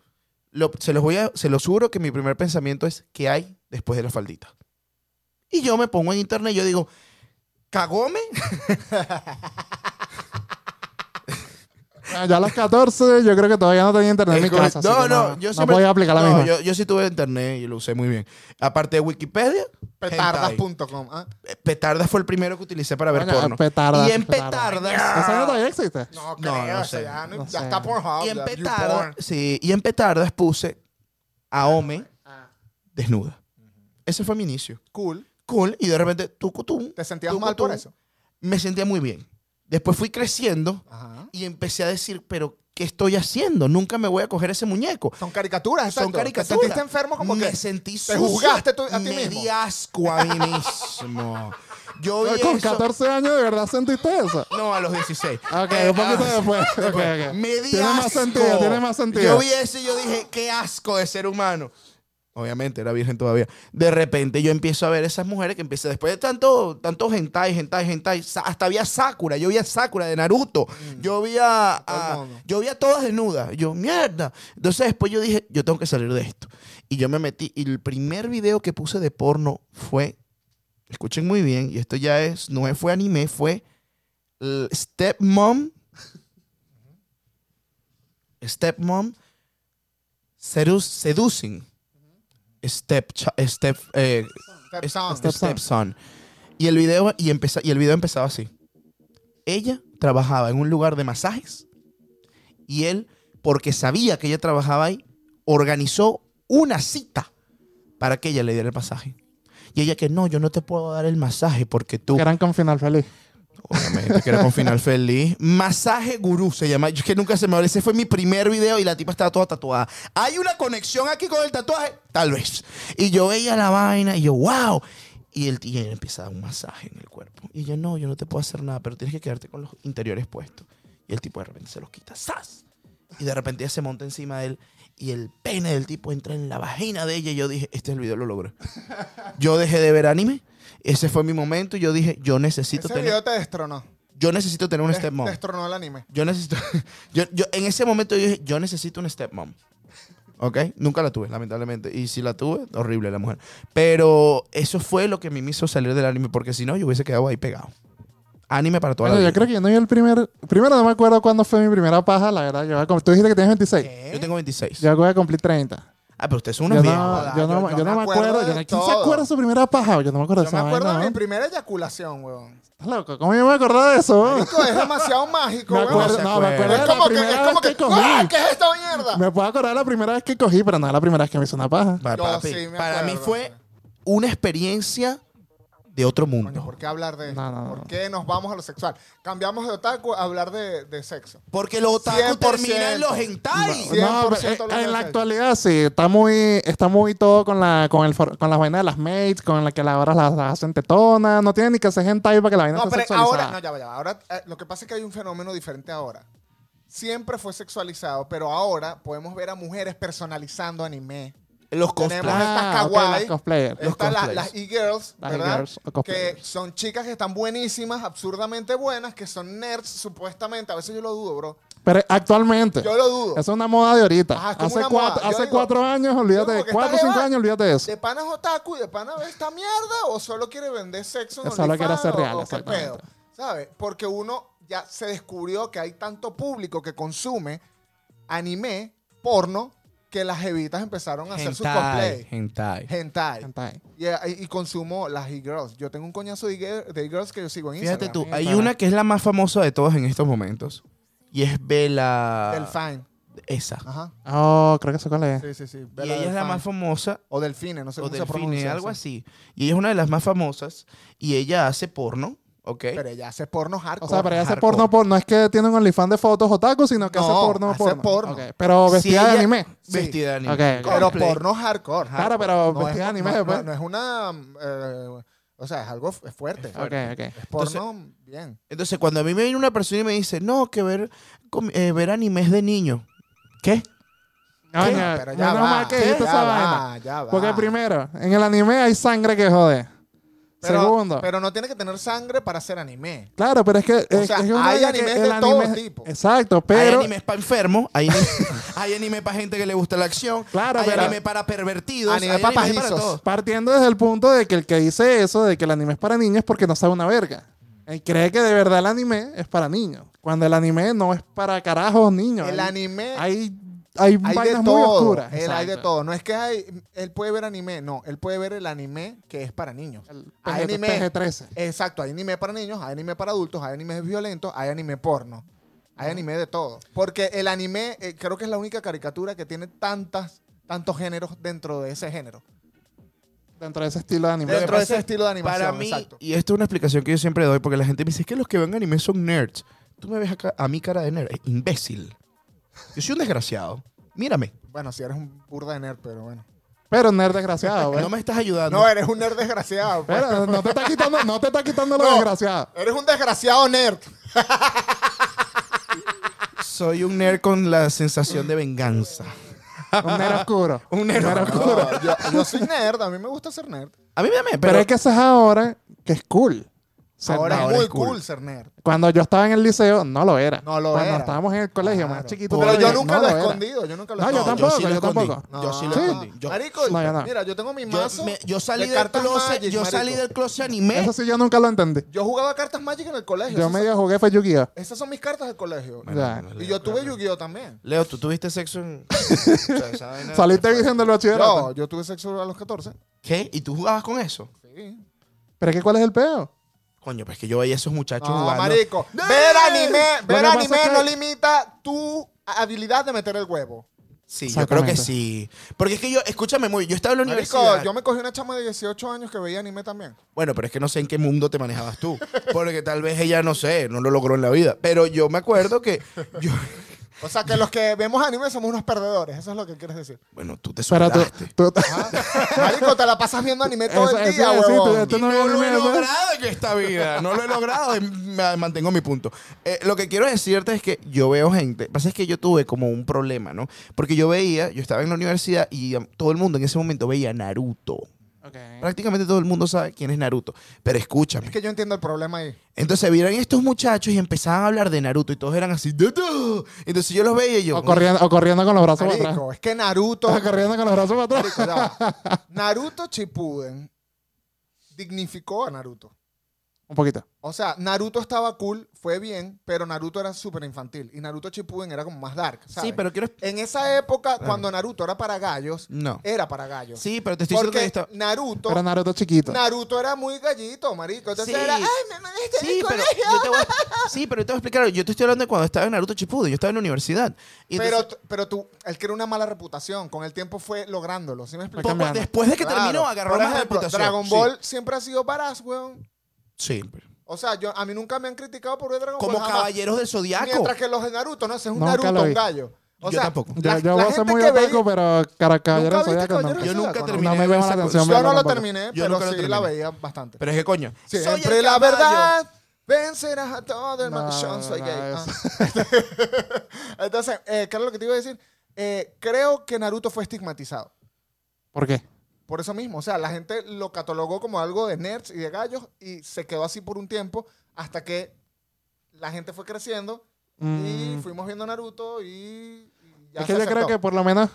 Speaker 2: lo- se los voy a, se los juro que mi primer pensamiento es ¿qué hay después de la faldita? Y yo me pongo en internet y yo digo, cagome.
Speaker 1: Ah, Ya a las 14, yo creo que todavía no tenía internet en mi
Speaker 2: Es como-
Speaker 1: casa. así
Speaker 2: no,
Speaker 1: que
Speaker 2: no, yo siempre.
Speaker 1: No podía aplicar la
Speaker 2: no,
Speaker 1: misma.
Speaker 2: Yo, yo sí tuve internet y lo usé muy bien. Aparte de Wikipedia, hentai.
Speaker 5: Petardas.com. ¿ah?
Speaker 2: Eh, Petardas fue el primero que utilicé para ver
Speaker 1: Coño,
Speaker 2: porno.
Speaker 1: petardas,
Speaker 2: y en
Speaker 1: petardas.
Speaker 2: petardas.
Speaker 1: ¿Esa no todavía existe?
Speaker 5: No,
Speaker 2: No,
Speaker 5: creo,
Speaker 2: no
Speaker 5: eso
Speaker 2: sé,
Speaker 5: ya, no-
Speaker 1: no
Speaker 5: ya
Speaker 1: sé.
Speaker 5: está por
Speaker 2: Y en petardas, sí, y en petardas puse a Ome desnuda. Ese fue mi inicio.
Speaker 5: Cool.
Speaker 2: Cool, y de repente, tucutum.
Speaker 5: ¿Te sentías
Speaker 2: tucutum.
Speaker 5: mal por eso?
Speaker 2: Me sentía muy bien. Después fui creciendo
Speaker 5: Ajá.
Speaker 2: y empecé a decir, pero ¿qué estoy haciendo? Nunca me voy a coger ese muñeco.
Speaker 5: Son caricaturas,
Speaker 2: Son
Speaker 5: exacto.
Speaker 2: caricaturas.
Speaker 5: Te sentiste enfermo como
Speaker 2: me
Speaker 5: que.
Speaker 2: sentí
Speaker 5: te
Speaker 2: sucio.
Speaker 5: juzgaste tú- a ti
Speaker 2: me
Speaker 5: mismo.
Speaker 2: di asco a mí mismo. Yo vi
Speaker 1: Con
Speaker 2: eso-
Speaker 1: 14 años, ¿de verdad sentiste eso?
Speaker 2: No, a los 16.
Speaker 1: Ok,
Speaker 2: Eh,
Speaker 1: un poquito
Speaker 2: ah,
Speaker 1: después. Ok, ok.
Speaker 2: Me di
Speaker 1: Tiene más
Speaker 2: asco.
Speaker 1: sentido, tiene más sentido.
Speaker 2: Yo vi eso y yo dije, qué asco de ser humano. Obviamente, era virgen todavía. De repente yo empiezo a ver esas mujeres que empiezan después de tanto, tanto hentai, hentai, hentai. sa- Hasta vi a Sakura, yo vi a Sakura de Naruto.
Speaker 1: Mm.
Speaker 2: Yo vi a,
Speaker 5: todo el
Speaker 2: a-
Speaker 5: mundo.
Speaker 2: yo vi a todas desnudas. Yo, mierda. Entonces después yo dije, yo tengo que salir de esto. Y yo me metí. Y el primer video que puse de porno fue, escuchen muy bien, y esto ya es, no fue anime, fue eh, Stepmom. Stepmom sedu- Seducing Step, cha- step, eh,
Speaker 3: Step
Speaker 2: es-
Speaker 3: Son.
Speaker 2: Step Son. Y el video, y empeza- y el video empezaba así. Ella trabajaba en un lugar de masajes y él, porque sabía que ella trabajaba ahí, organizó una cita para que ella le diera el masaje. Y ella que no, yo no te puedo dar el masaje porque tú...
Speaker 1: Gran con final feliz.
Speaker 2: Obviamente, que era con final feliz. Masaje Gurú se llama. Yo es que nunca se me olvidó. Ese fue mi primer video y la tipa estaba toda tatuada. ¿Hay una conexión aquí con el tatuaje? Tal vez. Y yo veía la vaina y yo, wow. Y el tío empieza a dar un masaje en el cuerpo. Y ella, no, yo no te puedo hacer nada, pero tienes que quedarte con los interiores puestos. Y el tipo de repente se los quita. ¡Sas! Y de repente ella se monta encima de él y el pene del tipo entra en la vagina de ella. Y yo dije, este es el video, lo logré. Yo dejé de ver anime. Ese fue mi momento y yo dije, yo necesito
Speaker 3: Ese
Speaker 2: tener
Speaker 3: este video te destronó.
Speaker 2: yo necesito tener un
Speaker 3: Te-
Speaker 2: stepmom.
Speaker 3: Destronó el anime.
Speaker 2: Yo necesito. Yo, yo- en ese momento yo dije, yo necesito un stepmom. ¿Ok? Nunca la tuve, lamentablemente. Y si la tuve, horrible la mujer. Pero eso fue lo que a mí me hizo salir del anime, porque si no, yo hubiese quedado ahí pegado. Anime para toda
Speaker 1: Bueno,
Speaker 2: la
Speaker 1: yo creo
Speaker 2: vida.
Speaker 1: que yo no vi el primer. Primero no me acuerdo cuándo fue mi primera paja, la verdad. Yo, voy a cum- tú dijiste que tienes 26.
Speaker 2: Yo tengo 26.
Speaker 1: Yo voy a cumplir 30.
Speaker 2: Ah, pero ustedes son
Speaker 1: Yo
Speaker 2: unos
Speaker 1: no,
Speaker 2: viejos.
Speaker 1: yo no, yo no me acuerdo. yo no-
Speaker 3: de
Speaker 1: ¿Quién se
Speaker 3: todo.
Speaker 1: acuerda de su primera paja? Yo no me acuerdo de
Speaker 3: Yo me
Speaker 1: esa
Speaker 3: acuerdo
Speaker 1: vaina,
Speaker 3: de mi
Speaker 1: ¿no?
Speaker 3: primera eyaculación, weón.
Speaker 1: ¿Estás loco? ¿Cómo yo me voy a acordar de eso? weón?
Speaker 3: Marico, es demasiado mágico,
Speaker 1: Me
Speaker 3: weón.
Speaker 1: acuerdo,
Speaker 2: se
Speaker 1: no, me acuerdo
Speaker 2: acuerda.
Speaker 1: de
Speaker 3: es
Speaker 1: la
Speaker 3: como que, es
Speaker 1: primera
Speaker 3: como
Speaker 1: vez
Speaker 3: que,
Speaker 1: que cogí.
Speaker 3: ¡Ah, ¿qué es esta mierda?
Speaker 1: Me puedo acordar de la primera vez que cogí, pero no de la primera vez que me hice una paja.
Speaker 2: Para,
Speaker 3: Yo
Speaker 2: papi,
Speaker 3: sí me
Speaker 2: para mí
Speaker 3: acuerdo.
Speaker 2: fue una experiencia de otro
Speaker 3: Coño,
Speaker 2: mundo.
Speaker 3: ¿Por qué hablar de esto?
Speaker 1: No, no, no.
Speaker 3: ¿Por qué nos vamos a lo sexual? Cambiamos de otaku a hablar de, de sexo.
Speaker 2: Porque los otaku
Speaker 3: 100%.
Speaker 2: terminan en los hentai.
Speaker 3: No, 100%
Speaker 1: No, pero, eh,
Speaker 3: hablando
Speaker 1: en la
Speaker 3: de
Speaker 1: actualidad sí, está muy, está muy todo con la, con el, for- con las vainas de las mates, con la que la- ahora las, las hacen tetonas, no tienen ni que hacer hentai para que la vaina
Speaker 3: No,
Speaker 1: esté
Speaker 3: pero
Speaker 1: sexualizada.
Speaker 3: ahora, no, ya, va, ya, va. ahora eh, lo que pasa es que hay un fenómeno diferente ahora. Siempre fue sexualizado, pero ahora podemos ver a mujeres personalizando anime.
Speaker 2: Los cosplays.
Speaker 3: Tenemos estas
Speaker 1: Ah, ok,
Speaker 3: kawaii.
Speaker 1: las cosplayers.
Speaker 2: Los
Speaker 3: Están la-
Speaker 2: cosplays.
Speaker 3: las e-girls,
Speaker 1: Las
Speaker 3: ¿verdad?
Speaker 1: e-girls o cosplayers.
Speaker 3: que son chicas que están buenísimas, absurdamente buenas, que son nerds supuestamente. A veces yo lo dudo, bro.
Speaker 1: Pero actualmente.
Speaker 3: Yo lo dudo.
Speaker 1: Esa es una moda de ahorita.
Speaker 3: Ajá, es como
Speaker 1: hace
Speaker 3: una
Speaker 1: cuatro,
Speaker 3: moda. Yo
Speaker 1: hace
Speaker 3: digo-
Speaker 1: cuatro años, olvídate
Speaker 3: como
Speaker 1: de
Speaker 3: que
Speaker 1: cuatro o
Speaker 3: esta
Speaker 1: cinco
Speaker 3: jeva
Speaker 1: años, olvídate de eso.
Speaker 3: ¿De pana es otaku y de pana ve esta mierda o solo quiere vender sexo en
Speaker 1: Eso lo quiere
Speaker 3: OnlyFans
Speaker 1: hacer
Speaker 3: o-
Speaker 1: real,
Speaker 3: o qué
Speaker 1: exactamente.
Speaker 3: pedo? ¿Sabes? Porque uno ya se descubrió que hay tanto público que consume anime, porno, que las evitas empezaron a hacer su cosplay.
Speaker 2: hentai.
Speaker 3: Hentai.
Speaker 1: Hentai.
Speaker 3: Y, eh, y consumo las e-girls. Yo tengo un coñazo de e- de e-girls que yo sigo en
Speaker 2: Fíjate
Speaker 3: Instagram.
Speaker 2: tú,
Speaker 1: Instagram.
Speaker 2: hay una que es la más famosa de todas en estos momentos. Y es Bella.
Speaker 3: Delfine.
Speaker 2: Esa.
Speaker 3: Ajá.
Speaker 1: Oh, creo que eso cuál es.
Speaker 3: Sí, sí, sí.
Speaker 2: Y ella es la más famosa.
Speaker 3: O delfine, no sé
Speaker 2: O
Speaker 3: cómo se
Speaker 2: Delfine,
Speaker 3: pronuncia.
Speaker 2: algo
Speaker 3: sí.
Speaker 2: así. Y ella es una de las más famosas. Y ella hace porno. ¿Ok?
Speaker 3: Pero ella hace porno hardcore.
Speaker 1: O sea, pero ella hace
Speaker 2: hardcore.
Speaker 1: porno por, no es que tiene un OnlyFans de fotos otaku, sino que hace
Speaker 3: No,
Speaker 1: porno
Speaker 3: hace
Speaker 1: porno.
Speaker 3: porno.
Speaker 1: Ok, Pero vestida
Speaker 2: Si
Speaker 1: de
Speaker 2: ella-
Speaker 1: anime.
Speaker 2: Vestida de anime.
Speaker 1: Ok, ok.
Speaker 3: Pero
Speaker 2: Cosplay.
Speaker 3: porno hardcore.
Speaker 1: Claro,
Speaker 3: hardcore.
Speaker 1: pero
Speaker 3: no es,
Speaker 1: vestido de anime,
Speaker 3: no- no-
Speaker 1: pues.
Speaker 3: no es una. eh, o sea, es algo fu- es fuerte.
Speaker 1: Ok, ok.
Speaker 3: Es porno bien.
Speaker 2: Entonces, cuando a mí me viene una persona y me dice, no, que ver, com- eh, ver animes de niño. ¿Qué?
Speaker 1: Coño,
Speaker 3: Pero ya
Speaker 1: menos
Speaker 3: va.
Speaker 1: mal que dijiste
Speaker 3: ya
Speaker 1: esa
Speaker 3: va,
Speaker 1: vaina.
Speaker 3: ya va.
Speaker 1: Porque primero, en el anime hay sangre que jode.
Speaker 3: Pero-
Speaker 1: Segundo.
Speaker 3: Pero no tiene que tener sangre para ser anime.
Speaker 1: Claro, pero es que es,
Speaker 3: sea,
Speaker 1: es una
Speaker 3: hay
Speaker 1: vaina que
Speaker 3: animes de
Speaker 1: el
Speaker 3: todo
Speaker 1: anime-
Speaker 3: tipo.
Speaker 1: Exacto,
Speaker 2: hay
Speaker 1: pero
Speaker 2: animes para enfermos, hay, hay anime para gente que le gusta la acción,
Speaker 1: Claro,
Speaker 2: hay
Speaker 1: pero-
Speaker 2: anime para pervertidos,
Speaker 3: Anime
Speaker 2: hay
Speaker 3: pa'
Speaker 2: anime
Speaker 3: pajizos.
Speaker 2: todo.
Speaker 1: partiendo desde el punto de que el que dice eso de que el anime es para niños es porque no sabe una verga. Él cree que de verdad el anime es para niños, cuando el anime no es para carajos niños.
Speaker 3: El
Speaker 1: Hay-
Speaker 3: anime-
Speaker 1: hay hay,
Speaker 3: Hay de
Speaker 1: vainas muy
Speaker 3: todo.
Speaker 1: oscuras.
Speaker 3: Él hay de
Speaker 1: Exacto.
Speaker 3: todo. No es que hay, él puede ver anime. No, él puede ver el anime que es para niños.
Speaker 1: El PG-
Speaker 3: Hay anime.
Speaker 1: PG-13.
Speaker 3: Exacto, hay anime para niños, hay anime para adultos, hay anime violentos, hay anime porno. Hay anime de todo. Porque el anime eh, creo que es la única caricatura que tiene tantas, tantos géneros dentro de ese género.
Speaker 1: Dentro de ese estilo de anime.
Speaker 3: Dentro de
Speaker 2: pasa
Speaker 3: ese
Speaker 2: es-
Speaker 3: estilo de animación.
Speaker 2: Para mí,
Speaker 3: exacto.
Speaker 2: y esto es una explicación que yo siempre doy, porque la gente me dice, es que los que ven anime son nerds. Tú me ves acá, a mi cara de nerd, eh, imbécil. Yo soy un desgraciado. Mírame,
Speaker 3: Bueno, si eres un burda de nerd, pero bueno.
Speaker 1: Pero nerd desgraciado, güey.
Speaker 2: no me estás ayudando.
Speaker 5: eh.
Speaker 3: No, eres un nerd desgraciado. pues.
Speaker 1: Pero no te está quitando, no te está quitando lo
Speaker 3: No,
Speaker 1: desgraciado.
Speaker 3: Eres un desgraciado nerd.
Speaker 2: Soy un nerd con la sensación de venganza.
Speaker 1: Un nerd oscuro.
Speaker 2: Un nerd.
Speaker 1: oscuro.
Speaker 3: No, yo, yo soy nerd, a mí me gusta ser nerd.
Speaker 2: A mí
Speaker 1: Pero
Speaker 2: también, pero
Speaker 1: es que eso es ahora que es cool. Ser
Speaker 5: ahora
Speaker 1: nerd.
Speaker 5: es muy
Speaker 2: es cool.
Speaker 5: cool ser nerd.
Speaker 1: Cuando yo estaba en el liceo, no lo era.
Speaker 5: No lo
Speaker 1: Cuando
Speaker 5: era.
Speaker 1: estábamos en el colegio, más
Speaker 5: Claro.
Speaker 1: chiquito.
Speaker 5: Pero
Speaker 1: todavía,
Speaker 5: yo nunca
Speaker 1: no
Speaker 5: lo he
Speaker 1: era.
Speaker 5: escondido. Yo nunca lo he
Speaker 1: No, Ah, yo
Speaker 5: escondido.
Speaker 1: tampoco,
Speaker 2: sí lo
Speaker 1: yo
Speaker 2: escondí.
Speaker 1: tampoco.
Speaker 2: Yo sí lo
Speaker 5: ¿Sí?
Speaker 2: escondí. Yo,
Speaker 5: Marico,
Speaker 1: No, yo no.
Speaker 5: mira, yo tengo mi
Speaker 2: yo,
Speaker 5: mazo.
Speaker 2: me- yo salí
Speaker 5: de
Speaker 2: del
Speaker 5: cartas
Speaker 2: closet,
Speaker 5: Magic,
Speaker 2: yo
Speaker 5: marico.
Speaker 2: salí del closet anime.
Speaker 1: Eso sí, yo nunca lo entendí.
Speaker 5: Yo jugaba cartas Magic en el colegio.
Speaker 1: Yo
Speaker 5: Esas
Speaker 1: medio jugué fue Yu-Gi-Oh!
Speaker 5: son- Esas son mis cartas del colegio.
Speaker 1: Bueno, Ya.
Speaker 2: no,
Speaker 5: Y
Speaker 2: Leo,
Speaker 5: yo tuve
Speaker 2: claro.
Speaker 5: Yu-Gi-Oh también.
Speaker 2: Leo, ¿tú tuviste sexo en...? O sea, esa vaina-
Speaker 1: Saliste virgen del bachillerato.
Speaker 5: Yo, yo tuve sexo a los 14.
Speaker 2: ¿Qué? ¿Y tú jugabas con eso?
Speaker 5: Sí.
Speaker 1: Pero es que ¿cuál es el peo?
Speaker 2: Coño, pues que yo veía a esos muchachos
Speaker 5: No,
Speaker 2: jugando.
Speaker 5: Ah, marico.
Speaker 2: ¡No!
Speaker 5: Ver anime,
Speaker 1: Lo que
Speaker 5: ver
Speaker 1: pasa
Speaker 5: anime
Speaker 1: es que-
Speaker 5: no limita tu habilidad de meter el huevo.
Speaker 2: Sí, yo creo que
Speaker 1: Exactamente.
Speaker 2: sí. Porque es que yo, escúchame muy, yo estaba en la
Speaker 5: Marico,
Speaker 2: universidad.
Speaker 5: yo me cogí una chama de 18 años que veía anime también.
Speaker 2: Bueno, pero es que no sé en qué mundo te manejabas tú. Porque tal vez ella, no sé, no lo logró en la vida. Pero yo me acuerdo que yo...
Speaker 5: O sea, que los que vemos anime somos unos perdedores. Eso es lo que quieres decir.
Speaker 2: Bueno, tú te
Speaker 1: Pero tú.
Speaker 2: superaste.
Speaker 1: tú-
Speaker 5: Marico, te la pasas viendo anime todo
Speaker 1: Eso-
Speaker 5: el
Speaker 1: eso
Speaker 5: día,
Speaker 1: iba a decir,
Speaker 5: huevón.
Speaker 1: tú- tú-
Speaker 2: no,
Speaker 1: no pues.
Speaker 2: lo he
Speaker 1: eres-
Speaker 2: logrado en esta vida. No lo he logrado. y me- Mantengo mi punto. Eh, lo que quiero decirte es que yo veo gente. Lo que pasa es que yo tuve como un problema, ¿no? Porque yo veía, yo estaba en la universidad y um, todo el mundo en ese momento veía Naruto. Prácticamente todo el mundo sabe quién es Naruto. Pero escúchame.
Speaker 5: Es que yo entiendo el problema ahí.
Speaker 2: Entonces vieron estos muchachos y empezaban a hablar de Naruto y todos eran así. "Naruto". Entonces yo los veía y yo.
Speaker 1: O corriendo, o corriendo con los brazos para atrás.
Speaker 5: Marico, es que Naruto.
Speaker 1: O corriendo con los brazos para atrás.
Speaker 5: Marico, ya va. Naruto Shippuden dignificó a Naruto.
Speaker 1: Un poquito.
Speaker 5: O sea, Naruto estaba cool, fue bien, pero Naruto era súper infantil. Y Naruto Shippuden era como más dark, ¿sabes?
Speaker 2: "Mm, Sí, pero quiero.
Speaker 5: En esa época, cuando Naruto era para gallos,
Speaker 2: No.
Speaker 5: era para gallos.
Speaker 2: Sí, pero te estoy diciendo que
Speaker 5: Porque
Speaker 2: esto-
Speaker 5: Naruto,
Speaker 1: Pero Naruto chiquito.
Speaker 5: Naruto era muy gallito, marico. Entonces
Speaker 2: Sí.
Speaker 5: era, ay, me mandaste
Speaker 2: Sí,
Speaker 5: al
Speaker 2: pero
Speaker 5: colegio".
Speaker 2: yo te voy a, sí, pero yo te voy a explicar. Yo te estoy hablando de cuando estaba en Naruto Chipuden. Yo estaba en la universidad. Y
Speaker 5: Pero,
Speaker 2: entonces,
Speaker 5: t- pero tú, él creía una mala reputación. Con el tiempo fue lográndolo. ¿Sí me explico?
Speaker 1: Fue
Speaker 2: poco-
Speaker 1: cambiando.
Speaker 2: después de que
Speaker 5: Claro.
Speaker 2: terminó, agarró
Speaker 5: Por
Speaker 2: más
Speaker 5: ejemplo,
Speaker 2: reputación.
Speaker 5: Dragon
Speaker 2: Sí.
Speaker 5: Ball pues, siempre ha sido varaz, weón.
Speaker 2: Sí.
Speaker 5: O sea, yo, a mí nunca me han criticado por ver Dragon
Speaker 2: Como
Speaker 5: Ball. jamás.
Speaker 2: Caballeros del Zodiaco.
Speaker 5: Mientras que los de Naruto, no sé, es un
Speaker 1: Nunca lo
Speaker 5: Naruto,
Speaker 1: vi.
Speaker 5: un gallo. O
Speaker 2: Yo
Speaker 5: sea,
Speaker 2: tampoco.
Speaker 1: Yo,
Speaker 5: la-
Speaker 1: yo
Speaker 5: la
Speaker 1: voy a ser
Speaker 5: gente
Speaker 1: muy
Speaker 5: que ve-
Speaker 1: otaku, pero cara, caballero
Speaker 5: viste
Speaker 1: Zodiaco no.
Speaker 5: Caballero
Speaker 2: Yo nunca
Speaker 5: Zodiaco, no?
Speaker 2: terminé
Speaker 1: No me
Speaker 2: de ver
Speaker 1: llama la
Speaker 2: esa cosa.
Speaker 1: atención.
Speaker 5: Yo no
Speaker 1: verlo
Speaker 5: lo
Speaker 1: tampoco.
Speaker 5: terminé,
Speaker 2: Yo
Speaker 5: pero
Speaker 2: nunca lo
Speaker 5: sí
Speaker 2: terminé.
Speaker 5: la veía bastante.
Speaker 2: Pero es que coño. soy el
Speaker 5: Siempre la
Speaker 2: caballo.
Speaker 5: verdad vencerás a todo el
Speaker 1: No,
Speaker 5: mundo. Yo no soy
Speaker 1: no,
Speaker 5: gay.
Speaker 1: no,
Speaker 5: Ah. Entonces, eh, ¿qué era lo que te iba a decir? Eh, creo que Naruto fue estigmatizado.
Speaker 1: ¿Por qué?
Speaker 5: Por eso mismo. O sea, la gente lo catalogó como algo de nerds y de gallos y se quedó así por un tiempo hasta que la gente fue creciendo y
Speaker 1: Mm,
Speaker 5: fuimos viendo Naruto y. y ya
Speaker 1: es que
Speaker 5: se
Speaker 1: yo creo
Speaker 5: aceptó.
Speaker 1: que por lo menos.